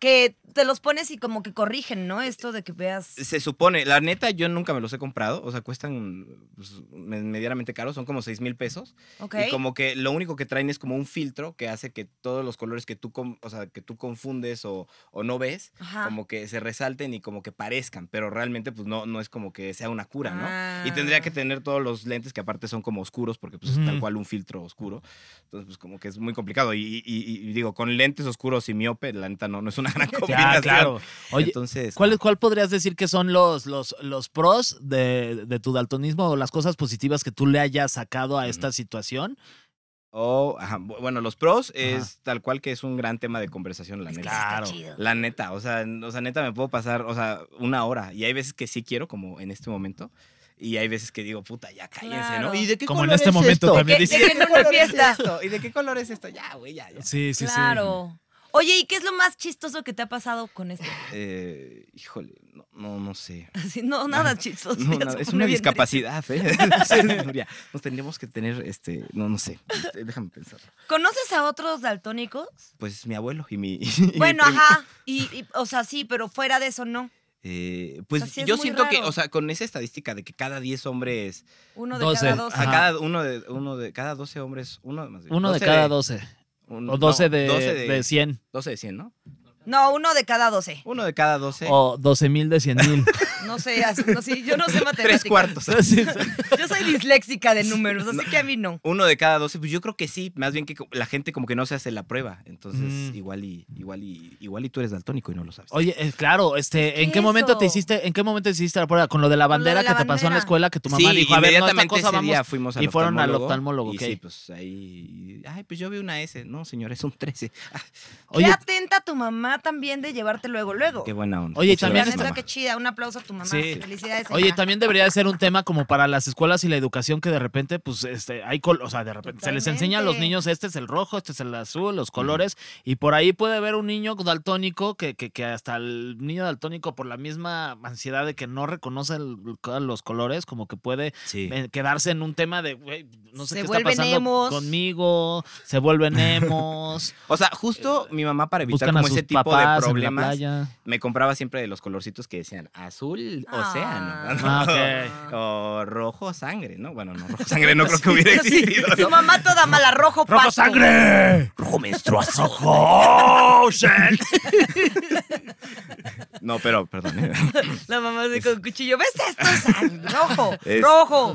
C: que te los pones y como que corrigen, ¿no? Esto de que veas.
E: Se supone, la neta, yo nunca me los he comprado, o sea, cuestan pues, me- medianamente caros, son como 6 mil pesos.
C: Ok.
E: Y como que lo único que traen es como un filtro que hace que todos los colores que tú, com- o sea, que tú confundes o, o no ves,
C: Ajá.
E: como que se resalten y como que parezcan, pero realmente pues no, no es como que sea una cura, ¿no? Y
C: Ah.
E: tendría que tener todos los lentes que aparte son como oscuros, porque pues es
D: Ujú.
E: tal cual un filtro oscuro. Entonces, pues como que es muy complicado. Y, y- y- y digo, con lentes oscuros y miope, la neta no, no es una <laughs> gran combinación.
D: Ya, claro. Oye,
E: Entonces,
D: ¿cuál, ¿cuál podrías decir que son los, los, los pros de, de tu daltonismo o las cosas positivas que tú le hayas sacado a esta situación?
E: o, ajá, bu- bueno, los pros es tal cual que es un gran tema de conversación, la neta.
D: Claro.
E: La neta, o sea, n- o sea, neta me puedo pasar, o sea, una hora. Y hay veces que sí quiero, como en este momento. Y hay veces que digo, puta, ya cállense,
C: Claro.
E: ¿no? ¿Y de qué
D: Como en
E: color
D: este
E: es
D: momento
E: esto?
D: también
C: ¿De qué-
D: dice.
C: de qué en una
E: color es
C: fiesta?
E: esto? ¿Y de qué color es esto? Ya, güey, ya, ya.
D: Sí, sí,
C: claro. Oye, ¿y qué es lo más chistoso que te ha pasado con esto? <laughs>
E: Eh, híjole, no, no, no sé.
C: Así, no, nada chistoso.
E: Ah,
C: <laughs>
E: No,
C: ya
E: nada,
C: se
E: es
C: pone
E: una
C: bien
E: discapacidad, ¿eh? <laughs> Nuria, nos tendríamos que tener, este, no, no sé, este, déjame pensarlo.
C: triste. ¿Conoces a otros daltónicos?
E: Pues mi abuelo y mi... <laughs> y mi
C: bueno,
E: primo.
C: ajá. Y, y, o sea, sí, pero fuera de eso no.
E: Eh, pues
C: O sea, sí es
E: yo
C: muy
E: siento que,
C: raro.
E: o sea, con esa estadística de que cada 10 hombres,
C: Uno de
D: Doce.
C: cada dos.
E: o sea,
D: Ajá.
E: cada uno de, uno de, cada 12 hombres, uno, más bien,
D: Uno de
E: 12
D: cada 12.
E: un-
D: O 12,
E: no,
D: de, de,
E: 12 de,
D: 100.
E: 12 de 100, ¿no?
C: No, uno de cada doce.
E: Uno de cada 12,
D: O 12 mil de 100
E: <laughs>
D: mil.
C: No sé, así- no, sí, yo no sé matemáticas.
E: tres cuartos.
C: Yo soy disléxica de
E: <laughs>
C: números, así que a mí no.
E: Uno de cada 12, pues yo creo que sí, más bien que co- la gente como que no se hace la prueba, entonces
D: Mm.
E: igual y igual y igual y tú eres daltónico y no lo sabes.
D: Oye, eh, claro, este, ¿en qué
C: eso?
D: momento te hiciste, en qué momento te hiciste la prueba? Con lo de la
C: Con lo de
D: bandera
C: la
D: que te pasó en la
C: bandera.
D: escuela que tu mamá
E: sí,
D: dijo, a ver, no, esta
E: inmediatamente
D: cosa
E: ese día
D: vamos.
E: fuimos al
D: y fueron al
E: oftalmólogo,
D: oftalmólogo,
E: Y sí,
D: ok.
E: pues ahí, ay, pues yo vi una S. No, señor, es un 13. Ah,
C: Qué
D: Oye,
C: atenta tu mamá también de llevarte luego, luego.
E: qué buena onda.
D: Oye, y
E: Muchas
D: también
C: La
E: gracias,
C: neta,
E: mamá.
C: qué chida. Un aplauso a tu mamá.
D: Sí.
C: Felicidades.
D: Oye,
C: señora.
D: también debería de ser un tema como para las escuelas y la educación que de repente, pues, este, hay, col- o sea, de repente se les enseña a los
C: Totalmente.
D: niños, este es el rojo, este es el azul, los colores, y por ahí puede haber un niño daltónico que, que, que hasta el niño daltónico por la misma ansiedad de que no reconoce el- los colores, como que puede
E: Sí.
D: eh, quedarse en un tema de, güey, no sé
C: Se
D: qué está
C: vuelven
D: pasando
C: emos.
D: conmigo, se vuelven emos,
E: O sea, justo mi mamá para <laughs> evitar
D: Eh, buscan a
E: como
D: sus
E: ese tipo
D: papás
E: de
D: en la
E: problemas
D: playa.
E: me compraba siempre de los colorcitos que decían azul
C: Ah.
E: océano
D: Ah,
E: o rojo sangre, ¿no? Bueno, no rojo
C: <laughs>
E: sangre no creo que hubiera
D: <laughs>
C: Sí,
E: existido.
C: Su
E: ¿no?
C: mamá toda mala, rojo pasto.
D: sangre!
E: Rojo menstruación. No, pero perdón. ¿eh?
C: La mamá de con cuchillo. ¿Ves esto? Es sangre,
D: <laughs>
C: rojo,
E: Es-
C: rojo.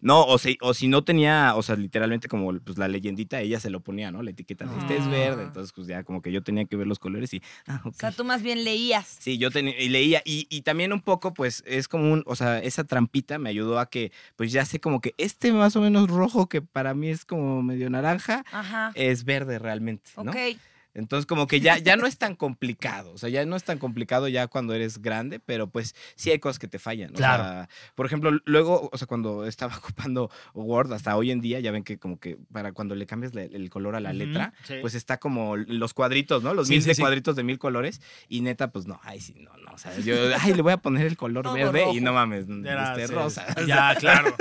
E: No, o si, o si no tenía, o sea, literalmente como pues, la leyendita, ella se lo ponía, ¿no? La etiqueta, de, este
C: Ah.
E: es verde. Entonces, pues ya como que yo tenía que ver los colores y, ah, ok.
C: O sea, tú más bien leías.
E: Sí, yo tenía, y leía, y, y también un poco, pues, es como un, o sea, esa trampita me ayudó a que, pues ya sé como que este más o menos rojo que para mí es como medio naranja,
D: Eh,
C: Ajá.
E: es verde realmente, ¿no?
C: Ok.
E: Entonces, como que ya, ya no es tan complicado. O sea, ya no es tan complicado ya cuando eres grande, pero pues sí hay cosas que te fallan. o
D: Claro.
E: sea, por ejemplo, luego, o sea, cuando estaba <laughs> ocupando Word, hasta hoy en día, ya ven que como que para cuando le cambias la- el color a la
D: Ujú,
E: letra,
D: sí.
E: pues está como los cuadritos, ¿no? Los
D: Sí,
E: mil
D: sí,
E: de
D: sí.
E: cuadritos de mil colores. Y neta, pues no, ay, sí, no, no. O sea, yo, ay, le voy a poner el color
D: Todo
E: verde y
D: rojo.
E: no mames,
D: Era,
E: este,
D: sí,
E: rosa.
D: <laughs> Ya, claro.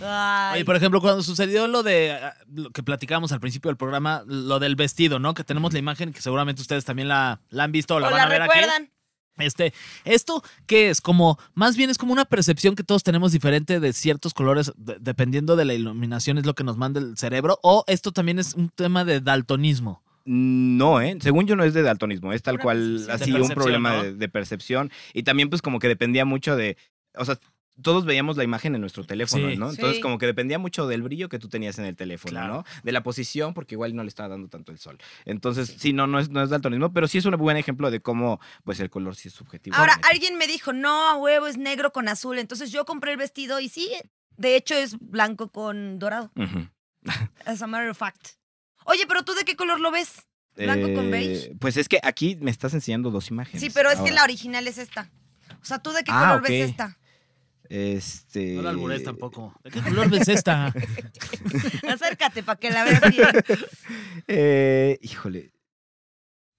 C: Ay,
D: Oye, por ejemplo, cuando sucedió lo de ah, lo que platicábamos al principio del programa, lo del vestido, ¿no? Que tenemos la imagen que seguramente ustedes también la, la han visto o la
C: o
D: van
C: la
D: a ver aquí.
C: recuerdan.
D: Este, esto qué es como más bien es como una percepción que todos tenemos diferente de ciertos colores de- dependiendo de la iluminación es lo que nos manda el cerebro o esto también es un tema de daltonismo.
E: No, ¿eh? Según yo no es de daltonismo, es tal
C: Una
E: cual
C: percepción.
E: así
D: De
E: un
D: percepción,
E: problema
D: ¿no?
E: de, de percepción y también pues como que dependía mucho de, o sea, todos veíamos la imagen en nuestro teléfono,
D: Sí.
E: ¿no? Entonces
C: Sí.
E: como que dependía mucho del brillo que tú tenías en el teléfono,
D: Claro.
E: ¿no? De la posición porque igual no le estaba dando tanto el sol. Entonces, sí, no no es no es daltonismo, pero sí es un buen ejemplo de cómo pues el color sí es subjetivo.
C: Ahora,
E: la neta.
C: alguien me dijo, no, a huevo es negro con azul. Entonces yo compré el vestido y sí, de hecho es blanco con dorado.
E: Ujú.
C: As a matter of fact. Oye, pero tú de qué color lo ves? ¿Blanco con
E: Eh,
C: beige?
E: Pues es que aquí me estás enseñando dos imágenes.
C: Sí, pero es que
E: ahora.
C: la original es esta. O sea, ¿tú de qué
E: Ah,
C: color
E: ok.
D: <laughs>
C: ves esta?
E: Este
D: No la albures tampoco. ¿De qué color ves esta?
C: Acércate para que la veas bien.
E: eh, híjole,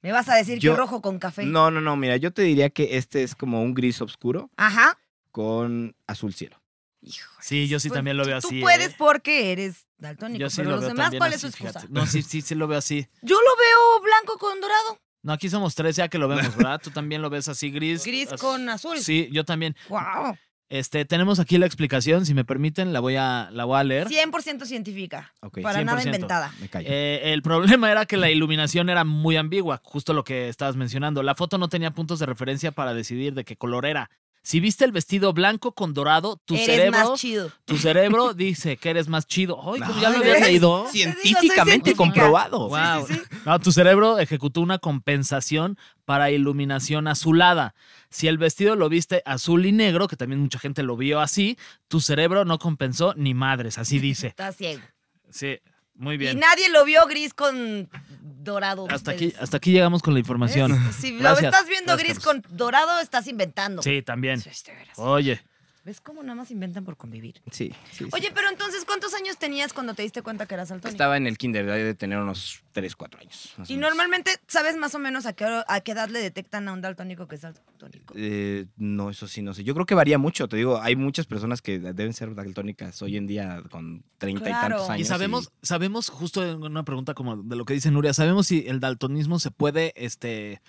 C: Me vas a decir
E: Yo-
C: que rojo con café.
E: No, no, no, mira, yo te diría que este es como un gris oscuro
C: Ajá.
E: con azul cielo.
C: Hijo.
D: Sí, yo sí
C: Pues,
D: también lo veo
C: Tú
D: así.
C: puedes
D: ¿eh?
C: porque eres daltónico,
D: Yo sí
C: pero
D: lo
C: los
D: veo
C: demás,
D: también
C: ¿cuál es
D: así,
C: su excusa?
D: fíjate. No, sí, sí, sí lo veo así.
C: Yo lo veo blanco con dorado.
D: No, aquí somos tres ya que lo
C: <laughs>
D: vemos, ¿verdad? Tú también lo ves así gris.
C: Gris
D: Az-
C: con azul.
D: Sí, yo también.
C: Wow.
D: Este, tenemos aquí la explicación, si me permiten, la voy a, la voy a leer.
C: 100% científica.
E: Ok,
C: para nada
D: 100%.
C: inventada.
E: me callo.
D: Eh, el problema era que la iluminación era muy ambigua, justo lo que estabas mencionando. La foto no tenía puntos de referencia para decidir de qué color era. Si viste el vestido blanco con dorado, tu
C: Eres
D: cerebro,
C: más chido.
D: tu cerebro dice que eres más chido. Ay, ¿cómo
C: <laughs>
D: ya lo
E: Ay,
D: habías
C: ¿ves?
D: leído.
C: Sí, Científicamente
E: comprobado.
D: Wow. No, tu cerebro ejecutó una compensación para iluminación azulada. Si el vestido lo viste azul y negro, que también mucha gente lo vio así, tu cerebro no compensó ni madres, así dice.
C: Está ciego.
D: <laughs> Sí, muy
C: Y
D: bien.
C: nadie lo vio gris con dorado.
D: Hasta aquí,
C: ustedes.
D: hasta aquí llegamos con la información.
C: ¿Ves? Si lo
D: Gracias.
C: estás viendo
D: Gracias,
C: gris
D: Carlos.
C: con dorado, estás inventando.
D: Sí, también.
C: Sí, de veras.
D: Oye,
C: ¿Ves cómo nada más inventan por convivir?
E: Sí, sí, sí.
C: Oye, pero entonces, ¿cuántos años tenías cuando te diste cuenta que eras altónico?
E: estaba en el kinder, debe de tener unos 3, 4 años. más o
C: Y
E: menos.
C: normalmente, ¿sabes más o menos a qué, hora- a qué edad le detectan a un daltónico que es daltónico?
E: Eh, no, eso sí, no sé. Yo creo que varía mucho. Te digo, hay muchas personas que deben ser daltónicas hoy en día con 30 y tantos
C: Claro.
E: años.
D: y sabemos, sabemos justo en una pregunta como de lo que dice Nuria, sabemos si el daltonismo se puede, este,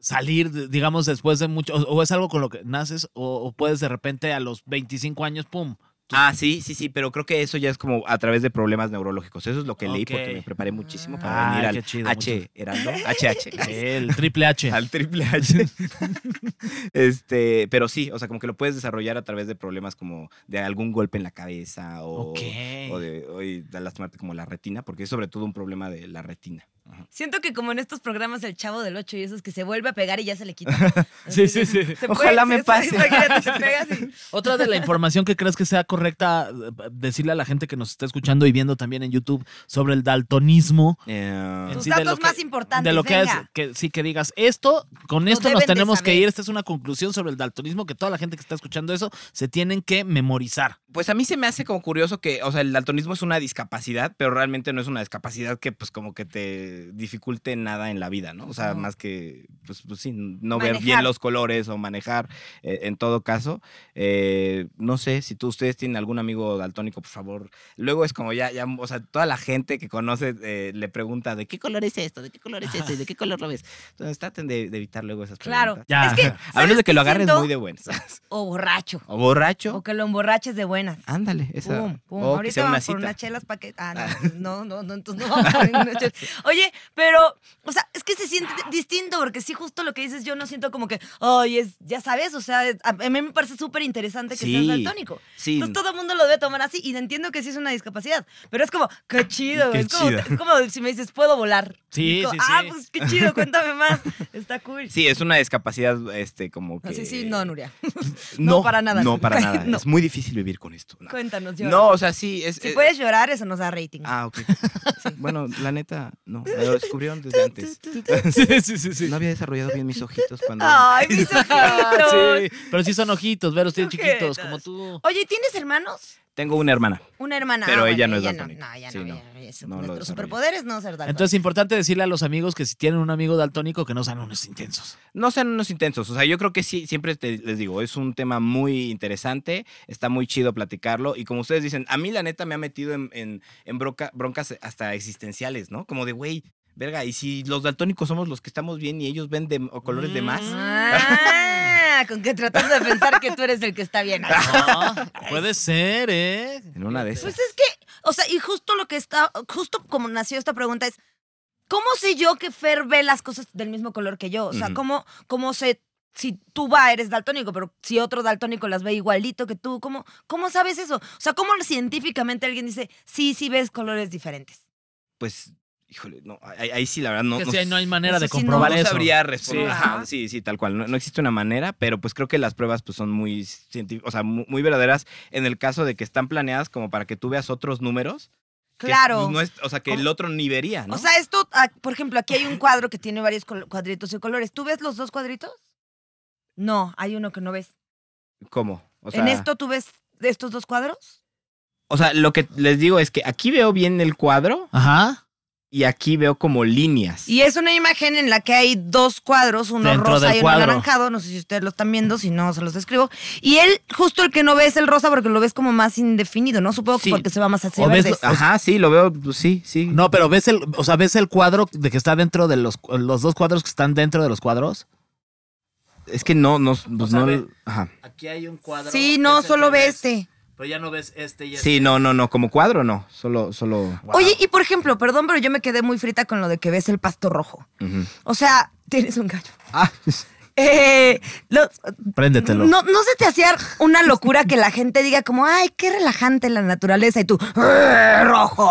D: salir, de- digamos, después de mucho, o, o es algo con lo que naces, o, o puedes de repente a los 25 años, pum.
E: Ah, sí, sí, sí, pero creo que eso ya es como a través de problemas neurológicos. Eso es lo que leí porque
D: Ok.
E: me preparé muchísimo
D: Ah,
E: para venir
D: qué
E: al
D: chido, mucho.
E: H, Heraldo, <laughs> HH.
D: El triple H.
E: Al triple H. <laughs> este, pero sí, o sea, como que lo puedes desarrollar a través de problemas como de algún golpe en la cabeza o,
D: Ok.
E: o de, o y de lastimarte como la retina, porque es sobre todo un problema de la retina. Ajá.
C: Siento que como en estos programas El Chavo del Ocho y esos que se vuelve a pegar y ya se le
E: <laughs>
C: quita.
D: Sí, sí, sí.
C: Se
E: Ojalá me
C: se-
E: pase. <laughs>
C: imagínate, te pegas y-
D: Otra de la información que crees que sea correcta eh, decirle a la gente que nos está escuchando y viendo también en YouTube sobre el daltonismo.
E: Eh,
C: Tus
D: Sí, de
C: datos
D: lo que-
C: más importantes,
D: de lo que es,
C: venga.
D: que sí que digas esto, con
C: Lo
D: esto nos
C: deben de
D: tenemos que
C: saber.
D: ir. Esta es una conclusión sobre el daltonismo que toda la gente que está escuchando eso se tienen que memorizar.
E: pues a mí se me hace como curioso que, o sea, el daltonismo es una discapacidad, pero realmente no es una discapacidad que pues como que te dificulte nada en la vida, ¿no? O sea, más que, pues, pues, sí, no ver bien
C: Manejar.
E: los colores o manejar eh, en todo caso. Eh, no sé, si tú, ustedes tienen algún amigo daltónico, por favor. Luego es como ya, ya o sea, toda la gente que conoce eh, le pregunta, ¿de qué color es esto? ¿De qué color es esto? ¿Y de qué color lo ves? Entonces traten de, de evitar luego esas
C: Claro.
E: preguntas.
D: Ya.
C: Es que,
E: A menos
C: ¿sabes
E: de que
C: qué
E: lo agarres
C: siento?
E: muy de buenas. <laughs>
C: O borracho.
E: O borracho.
C: O que lo emborraches de buenas.
E: Ándale, esa.
C: Pum, pum.
E: o que
C: Ahorita
E: sea
C: vamos
E: una
C: por
E: cita.
C: unas chelas para que. Ah, <laughs> no, no, no, no, entonces no vamos a ir unas
E: <laughs>
C: chelas. Oye, pero, o sea, es que se siente distinto, porque sí, justo lo que dices, yo no siento como que, ay, es, ya sabes, o sea, es- a mí me parece súper interesante que seas
E: Sí,
C: daltónico.
E: sí.
C: Entonces todo el mundo lo debe tomar así, y entiendo que sí es una discapacidad, pero es como, qué chido,
E: Qué
C: es, como,
E: chido.
C: es como si me dices, puedo volar.
D: Sí,
C: Y como,
D: sí,
C: Ah,
D: sí.
C: pues qué chido, cuéntame
E: <laughs>
C: más. Está cool.
E: Sí, es una discapacidad, este, como que.
C: No, sí, sí, no, Nuria.
E: No,
C: no, para nada. <laughs>
E: No, para nada.
C: No.
E: Es muy difícil vivir con visto. No,
C: <laughs> Cuéntanos, yo.
E: No, o sea, sí. Es,
C: Si
E: eh,
C: puedes llorar, eso nos da rating.
E: Ah, ok. Bueno, la neta, no. Me lo
C: <laughs>
E: descubrieron desde antes.
D: <laughs>
C: pues,
D: Sí, sí, sí. sí.
E: No había desarrollado bien mis ojitos cuando.
C: <laughs>
E: <laughs>
C: Ay, mis ojitos.
D: Sí, pero sí son ojitos, veros tienen
C: Ojetas.
D: chiquitos, como tú.
C: Oye, ¿tienes hermanos?
E: Tengo una hermana.
C: Una hermana.
E: Pero
C: Ah,
E: ella
C: bueno,
E: no es
C: ella
E: daltónica.
C: No, ya
E: Sí,
C: no.
E: no.
C: ella- ella es-
E: No lo
C: nuestros
E: desarrolla.
C: superpoderes no ser daltónica.
D: Entonces es importante decirle a los amigos que si tienen un amigo daltónico que no sean unos intensos.
E: No sean unos intensos. O sea, yo creo que sí, siempre te- les digo, es un tema muy interesante, está muy chido platicarlo. Y como ustedes dicen, a mí la neta me ha metido en, en- en broca- broncas hasta existenciales, ¿no? Como de, güey, verga, y si los daltónicos somos los que estamos bien y ellos ven de, o colores de más.
C: Mm. Ah, con que tratas de pensar que tú eres el que está bien. Ay, no.
D: <laughs> puede ser, ¿eh?
E: En una de esas.
C: Pues es que, o sea, y justo lo que está, justo como nació esta pregunta es, ¿cómo sé yo que Fer ve las cosas del mismo color que yo? O sea,
E: Ujú.
C: ¿cómo, cómo sé si tú va, eres daltónico, pero si otro daltónico las ve igualito que tú? ¿Cómo, cómo sabes eso? O sea, ¿cómo científicamente alguien dice, sí, sí ves colores diferentes?
E: Pues, híjole, no, ahí, ahí sí, la verdad, no.
D: que
E: no
D: sí, ahí no hay manera
C: Eso
D: de
C: sí, no.
D: comprobar
E: no
D: eso.
E: sabría responder.
D: Sí.
E: Ajá, Sí. sí, tal cual. No, no existe una manera, pero pues creo que las pruebas pues son muy científicas, o sea, mu- muy, verdaderas en el caso de que están planeadas como para que tú veas otros números. que,
C: Claro.
E: pues, no es- o sea, que el
C: ¿Cómo?
E: otro ni vería, ¿no?
C: O sea, esto, ah, por ejemplo, aquí hay un cuadro que tiene varios col- cuadritos y colores. ¿Tú ves los dos cuadritos? No, hay uno que no ves.
E: ¿Cómo? O sea,
C: ¿En esto tú ves estos dos cuadros?
E: o sea, lo que les digo es que aquí veo bien el cuadro
D: Ajá.
E: y aquí veo como líneas.
C: Y es una imagen en la que hay dos cuadros, uno
D: Dentro
C: rosa
D: del
C: y uno
D: cuadro.
C: anaranjado. No sé si ustedes lo están viendo, si no, se los describo. Y él, justo el que no ve es el rosa porque lo ves como más indefinido, ¿no? Supongo que
E: Sí.
C: porque se va más hacia
D: O ves
C: verde.
E: Ajá, sí, lo ah. veo, pues, sí, sí.
D: No, pero ves el, o sea, ves el cuadro de que está dentro de los, los dos cuadros que están dentro de los cuadros.
E: Es que no, no, pues,
D: sea,
E: no-
D: ve-
E: ajá.
D: Aquí hay un cuadro.
C: Sí, no, solo ve este.
D: Pero ya no ves este y
E: Sí, no, no, no, como cuadro no, solo, solo.
C: Oye, y por ejemplo, perdón, pero yo me quedé muy frita con lo de que ves el pasto rojo.
E: Ujú.
C: O sea, tienes un gallo.
E: Ah, <laughs>
C: Eh, los-
E: este.
D: Préndetelo.
C: No, no se te hacía una locura que la gente diga como, ay, qué relajante la naturaleza y tú, "Arr, rojo.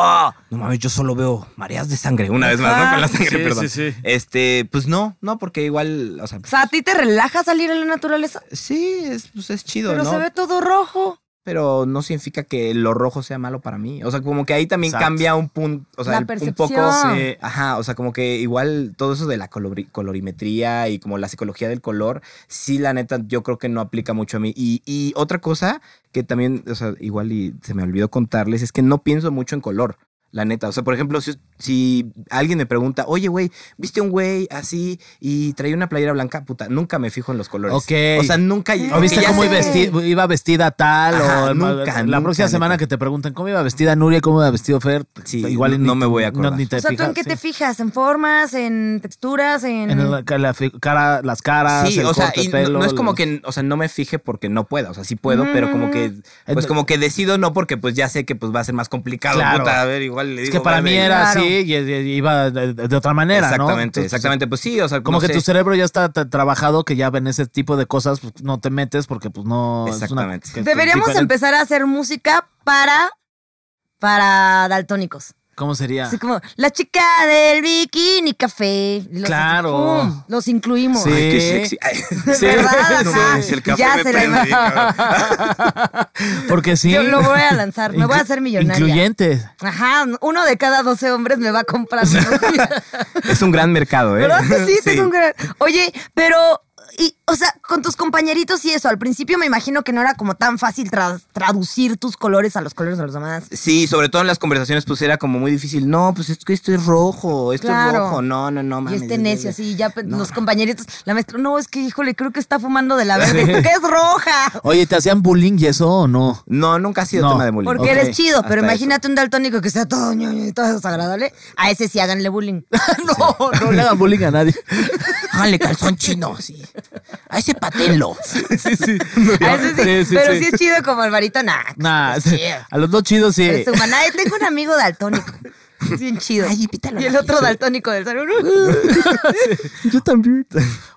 E: No mames, yo solo veo mareas de sangre. Una vez más, ¿no? Con la sangre,
D: Sí,
E: perdón.
D: sí, sí.
E: Este, pues no, no, porque igual, o sea,
C: O sea, ¿a ti te relaja salir a la naturaleza?
E: sí, es, pues es chido,
C: Pero
E: ¿no?
C: se ve todo rojo.
E: Pero no significa que lo rojo sea malo para mí. O sea, como que ahí también
D: Exacto.
E: cambia un punto, o sea,
C: La
E: el- un
C: percepción.
E: poco.
C: Sí.
E: Ajá, o sea, como que igual todo eso de la colori- colorimetría y como la psicología del color, sí, la neta, yo creo que no aplica mucho a mí. Y, y otra cosa que también, o sea, igual y se me olvidó contarles, es que no pienso mucho en color. La neta, o sea, por ejemplo, si, si alguien me pregunta, oye, güey, ¿viste un güey así y traía una playera blanca? Puta, nunca me fijo en los colores.
D: Ok.
E: O sea, nunca.
C: Ah,
D: ¿O viste
E: aunque ya
D: cómo
E: sé-
D: iba, vesti- iba vestida tal?
E: Ajá,
D: o
E: nunca,
D: la
E: nunca,
D: próxima semana
E: neta.
D: que te pregunten cómo iba vestida Nuria, cómo iba vestido Fer,
E: Sí,
D: igual
E: no
D: ni-
E: me voy a acordar.
D: no, ni te
C: O sea, ¿tú en
D: fijas,
C: qué te
D: sí.
C: fijas? ¿En formas? ¿En texturas? ¿En...?
D: En la, la fi- cara, las caras,
E: Sí,
D: el
E: o sea,
D: corte de
E: y no-
D: pelo,
E: no, es como
D: los-
E: que, o sea, no me fije porque no puedo, o sea, sí puedo, pero como que, pues
D: Ent-
E: como que decido no porque pues ya sé que pues va a ser más complicado.
D: Claro.
E: puta, a ver, igual
D: Es
E: le digo.
D: que para
E: verde.
D: mí era
C: Claro.
D: así y, y- y iba de, de otra manera, ¿no?
E: Exactamente,
D: Entonces,
E: exactamente, pues sí, o sea,
D: Como
E: no
D: que
E: sé.
D: tu cerebro ya está t- trabajado, que ya ven ese tipo de cosas, pues, no te metes porque pues no... es una-
E: Exactamente.
D: que- que-
C: Deberíamos
D: diferente.
C: empezar a hacer música para... Para daltónicos.
D: ¿Cómo sería?
C: Así como, la chica del bikini café. Y los-
D: Claro.
C: ¡pum! los incluimos.
D: Sí.
E: Ay, qué
D: <laughs>
E: sexy. <laughs> Ay,
C: Sí, ¿verdad?
E: <laughs> No
C: Ajá.
E: mames, el café
C: ya
E: me
C: se la-
E: prende, cabrón.
D: Porque sí...
C: Yo lo voy a lanzar, me voy a
D: Inclu-
C: hacer millonaria.
D: Incluyente.
C: Ajá, uno de cada 12 hombres me va a comprar.
E: <laughs>
C: ¿Verdad
E: es un gran mercado, ¿eh?
C: que sí? Tengo un gran- Oye, pero, y, o sea, con tus compañeritos y eso, al principio me imagino que no era como tan fácil tra- traducir tus colores a los colores de los demás.
E: Sí, sobre todo en las conversaciones, pues era como muy difícil. No, pues es que esto es rojo, esto es
C: Claro.
E: rojo. No, no, no, mames.
C: y este necio, así, ya pe-
E: No,
C: los
E: no.
C: compañeritos, la maestra, no, es que, híjole, creo que está fumando de la verde, ¿esto que es roja?
D: Oye, ¿te hacían bullying y eso o no?
E: No, nunca ha sido
D: No.
E: tema de bullying.
C: Porque
D: Ok,
C: eres chido, pero
E: hasta
C: imagínate un daltónico que sea todo ñoño y todo desagradable. A ese sí háganle bullying. <laughs>
D: no, no le hagan bullying a
E: <laughs>
D: nadie.
E: Háganle calzón chino, sí. A ese patenlo.
D: sí, <laughs> sí.
C: A ese sí, pero sí. es chido como Alvarito, nah.
D: Nah,
C: es
D: sí,
C: chido.
D: a los dos chidos sí.
C: eh, Eres humana. Ay, tengo un amigo daltónico. Es bien chido.
E: Este, Ay, pítalo.
C: y el otro daltónico del salón.
E: Yo también.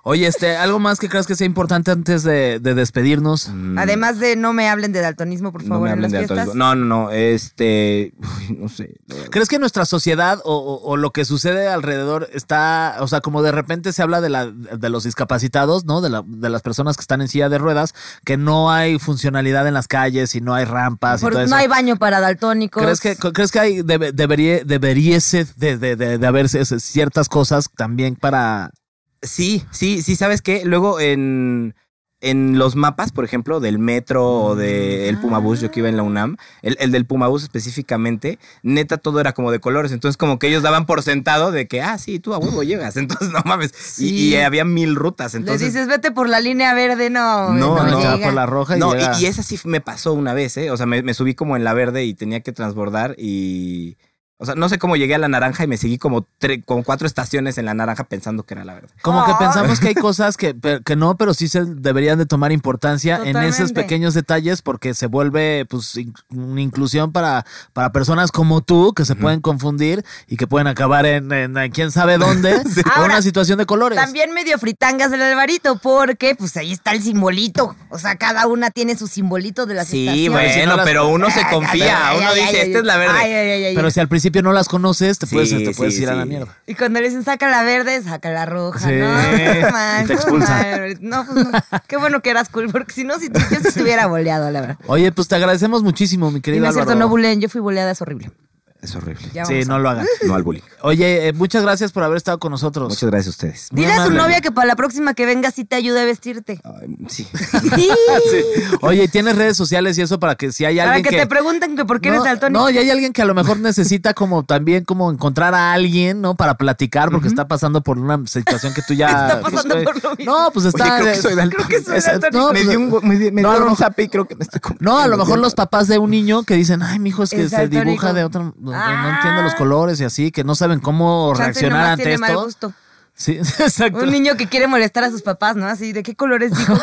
D: Oye, este, ¿algo más que creas que sea importante antes de, de despedirnos?
E: Mm.
C: Además de no me hablen de daltonismo, por
E: No
C: favor,
E: me
C: en las
E: hablen de
C: fiestas.
E: alto No, no, no. Este. uy, no sé.
D: ¿Crees que nuestra sociedad o, o- o lo que sucede alrededor está, o sea, como de repente se habla de, la, de los discapacitados, ¿no? De, la- de las personas que están en silla de ruedas, que no hay funcionalidad en las calles y no hay
E: ah,
D: rampas y
C: Por-
D: todo eso.
C: no hay baño para daltónicos.
D: ¿Crees que, ¿Crees que hay, debe- debería, deberiese de, de, de- de haberse ese- ciertas cosas también para...
E: Sí, sí, sí, ¿sabes qué? Luego en, en los mapas, por ejemplo, del metro o del Pumabús, yo que iba en la UNAM, el, el del Pumabús específicamente, neta todo era como de colores. Entonces, como que ellos daban por sentado de que, ah, sí, tú a huevo llegas. <laughs> Entonces, no mames. Y-
C: Sí.
E: Y, había mil rutas.
C: Les
E: Entonces,
C: dices, vete por la línea verde, no. eh,
E: No,
C: no,
E: no,
D: o sea,
C: llega.
D: por la roja y
E: No,
D: llega-
E: y, y esa sí me pasó una vez, ¿eh? O sea, me, me subí como en la verde y tenía que transbordar y... O sea, no sé cómo llegué a la naranja y me seguí como, tre- como cuatro estaciones en la naranja pensando que era la verde.
D: Como que
C: Ay.
D: pensamos que hay cosas que, per- que no, pero sí se deberían de tomar importancia en esos
C: Totalmente.
D: pequeños detalles porque se vuelve pues in- una inclusión para, para personas como tú que se pueden confundir y que pueden acabar en, en- en quién sabe
E: <laughs>
D: dónde o
C: Ahora,
D: una situación de colores.
C: También medio fritangas del Alvarito, porque pues ahí está el simbolito. O sea, cada una tiene su simbolito de las
E: Sí,
C: estaciones.
E: bueno,
D: Si no las-
E: pero uno se
C: Ay,
E: confía,
C: ay,
E: uno
C: ay,
E: dice,
C: ay,
E: esta
C: ay,
E: es la verde.
C: ay, ay, ay, ay.
D: Pero si al principio no las conoces, te puedes,
E: Sí,
D: te puedes
E: sí,
D: ir a la
E: sí.
D: mierda.
C: Y cuando le dicen saca la verde, saca la roja,
D: Sí,
C: ¿no? No,
D: <laughs>
C: man,
D: y te
C: no,
D: expulsan.
C: man. No, pues, no. Qué bueno que eras cool, porque si no, si, yo sí te hubiera boleado, la verdad.
D: Oye, pues te agradecemos muchísimo, mi
C: Y
D: querido
C: no es cierto,
D: Álvaro.
C: no buleen, yo fui boleada, es horrible.
E: Es horrible.
C: Ya
D: Sí,
C: vamos a-
D: no lo hagan.
E: No al bullying.
D: Oye, eh, muchas gracias por haber estado con nosotros.
E: Muchas gracias a ustedes.
D: Muy
C: Dile a tu
D: amable.
C: novia que para la próxima que venga sí te ayude a vestirte.
D: <laughs>
E: Ay,
C: <laughs>
E: sí.
C: Sí.
D: Oye, ¿tienes redes sociales y eso para que si hay
C: Para
D: alguien
C: que,
D: que...
C: te pregunten que por qué
D: no,
C: eres daltónico.
D: No, y hay alguien que a lo mejor necesita como también como encontrar a alguien, ¿no? Para platicar porque está pasando por una situación que tú ya...
C: <laughs> Está pasando
D: pues,
C: por lo mismo.
D: No, pues está...
E: Oye, creo que soy daltónico.
C: Creo que soy
D: es-
C: daltónico.
D: no,
E: me
D: pues,
E: dio un, gu- me di- me
D: no, a lo
E: dio un
D: mejor-
E: zape y creo que me estoy
D: no, a lo mejor los
E: papás.
D: papás de un niño que dicen, ay, mi hijo es que
C: Es
D: se dibuja
C: daltónico.
D: de otra... No, no
C: Ah.
D: entiende los colores y así, que no saben cómo
C: Chance
D: reaccionar
C: nomás
D: ante
C: tiene mal
D: esto.
C: gusto.
D: Sí, <laughs> exacto.
C: Un niño que quiere molestar a sus papás, ¿no? Así, ¿de qué colores dijo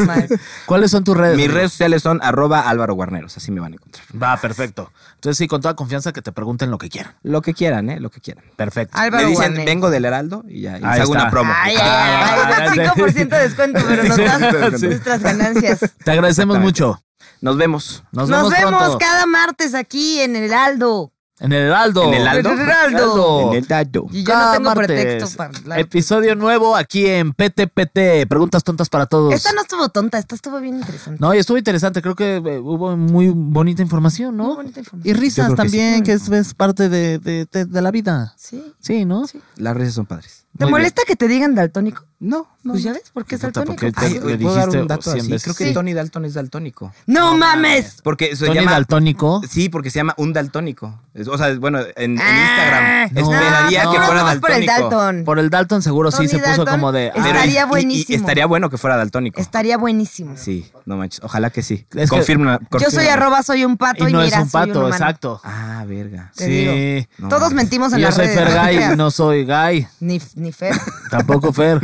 D: <laughs>
C: más?
D: ¿Cuáles son tus redes?
E: Mis redes sociales son arroba Álvaro Guarneros, así me van a encontrar.
D: Va, perfecto. Entonces sí, con toda confianza que te pregunten lo que quieran.
E: Lo que quieran, ¿eh? Lo que quieran.
D: Perfecto.
C: Álvaro
E: Me dicen,
C: Guarneros.
E: vengo del Heraldo y ya y les
D: Ahí
E: hago
D: está.
E: una promo.
C: Ay, ay,
D: Ah,
C: ay, ay,
D: ya sé.
C: 5% de descuento, pero nos das
E: Sí.
C: nuestras ganancias.
D: Te agradecemos
E: Exactamente.
D: mucho.
E: Nos vemos.
D: Nos,
C: Nos
D: vemos,
C: vemos
D: pronto.
C: cada martes aquí en el Aldo.
D: En el Heraldo.
E: En el Heraldo.
C: En el Heraldo.
E: En el Heraldo.
C: Y yo no tengo
D: Cada martes,
C: pretexto para hablar.
D: Episodio nuevo aquí en PTPT. Preguntas tontas para todos.
C: Esta no estuvo tonta, esta estuvo bien interesante.
D: No, y estuvo interesante. Creo que eh, hubo muy bonita información, ¿no?
C: Muy bonita información.
D: Y
E: Yo
D: risas
E: creo que
D: también, que, es, es parte de, de- de- de la vida.
C: Sí.
D: Sí, ¿no?
E: Las redes son padres.
C: ¿Te
D: Muy
C: molesta que te digan daltónico?
E: No, no.
C: Pues ya ves, ¿por qué es
D: Puta,
C: daltónico?
D: porque te-
E: Ay,
C: Ay,
D: le
E: ¿puedo dar un
D: dijiste
E: dato
D: 100
E: así?
D: veces.
E: Creo que
D: Sí.
E: Tony Dalton es daltónico.
C: ¡No mames!
E: Porque se
D: Tony
E: llama...
D: Daltónico.
E: Sí, porque se llama un daltónico. Es- O sea, bueno, en, en
C: Ah,
E: Instagram.
D: no,
E: Esperaría
D: no,
E: que
D: no,
E: fuera
C: más
E: daltónico.
C: por el Dalton.
D: Por el Dalton seguro sí
C: Tony
D: se puso
C: Dalton
D: como de...
C: es
D: "Ah,
E: Pero-
C: Estaría
E: y- y- y
C: buenísimo.
E: estaría bueno que fuera daltónico.
C: Estaría buenísimo.
E: Sí, no manches. Ojalá que sí.
D: Es que-
E: confirma,
C: Yo soy
E: confirma.
C: arroba, soy un pato y,
D: y no
C: mira,
D: es un
C: soy
D: pato,
C: humano.
D: exacto.
E: Ah, verga.
C: Te digo.
D: Sí.
E: No
C: Todos
E: mames.
C: mentimos en
D: Yo
C: las
D: soy
C: redes.
D: Fer
C: no
D: Guy,
C: creas.
D: no soy Guy.
C: <laughs> Ni, ni Fer.
D: Tampoco Fer.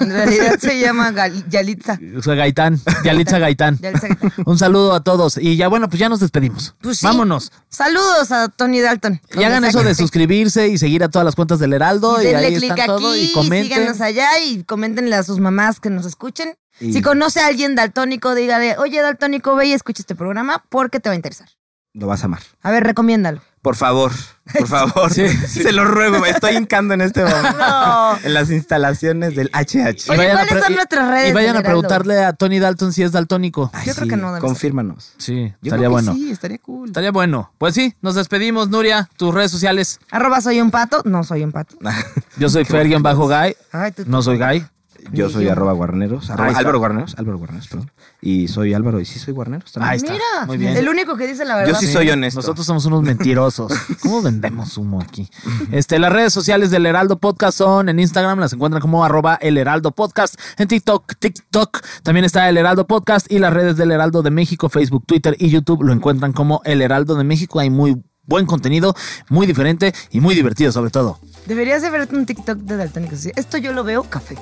C: En realidad se llama Gal- Yalitza.
D: Soy Gaitán. Yalitza
C: <laughs>
D: Gaitán.
C: Yalitza Gaitán.
D: Un saludo a todos. Y ya, bueno, pues ya nos despedimos.
C: Pues sí.
D: Vámonos.
C: Saludos a Tony Dalton.
D: Y hagan eso de suscribirse y seguir a todas las cuentas del Heraldo. Y,
C: Denle
D: ahí
C: clic
D: están todo.
C: aquí,
D: Y
C: y
D: comenten.
C: síganos allá y coméntenle a sus mamás que nos escuchen.
E: Y-
C: Si conoce a alguien daltónico, dígale, oye, daltónico, ve y escucha este programa porque te va a interesar.
E: Lo vas a amar.
C: A
D: <laughs>
C: ver, recomiéndalo. <laughs>
E: Por favor, por favor. <laughs> Se lo ruego, me estoy hincando en este momento.
C: <laughs> No.
E: En las instalaciones del HH.
C: Oye,
D: vayan a
C: ¿cuáles
D: pre-
C: son
D: y-
C: nuestras
D: Y vayan
C: redes del
D: a
C: Heraldo?
D: preguntarle a Tony Dalton si es daltónico.
E: Ay,
C: Yo creo
E: sí,
C: que no debe ser.
E: Confírmanos.
D: Sí,
E: Yo
D: estaría
E: creo que
D: bueno.
E: Sí, estaría cool.
D: Estaría bueno. Pues sí, nos despedimos, Nuria. Tus redes sociales.
C: Arroba soy un pato. No soy un pato.
E: <laughs>
D: Yo soy Fergian Bajo Guy.
C: Ay, tú-
D: No soy Guy.
E: Yo soy arroba guarneros. arroba
D: está.
E: Álvaro Guarneros. Álvaro Guarneros, perdón. Y soy Álvaro y sí soy guarneros también.
D: Ahí está.
C: Mira,
D: Muy bien.
C: el único que dice la verdad.
E: Yo sí soy honesto.
D: Nosotros somos unos mentirosos. ¿Cómo vendemos humo aquí? Este, las redes sociales del Heraldo Podcast son en Instagram, las encuentran como arroba el Heraldo Podcast, en TikTok, TikTok, también está el Heraldo Podcast y las redes del Heraldo de México, Facebook, Twitter y YouTube lo encuentran como el Heraldo de México. Hay muy buen contenido, muy diferente y muy divertido sobre todo.
C: Deberías de verte un TikTok de daltónicos. Sí, Esto yo lo veo café.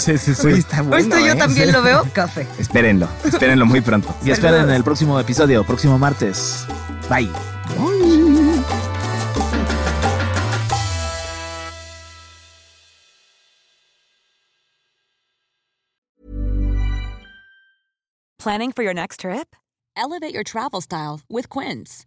D: Sí, sí,
E: Uy, está bueno,
C: Esto yo
E: ¿eh?
C: también lo veo café.
E: Espérenlo. Espérenlo
D: <laughs>
E: muy pronto.
D: Y esperen el próximo episodio, próximo martes. Bye.
F: Planning for your next trip? Elevate your travel style with Quince.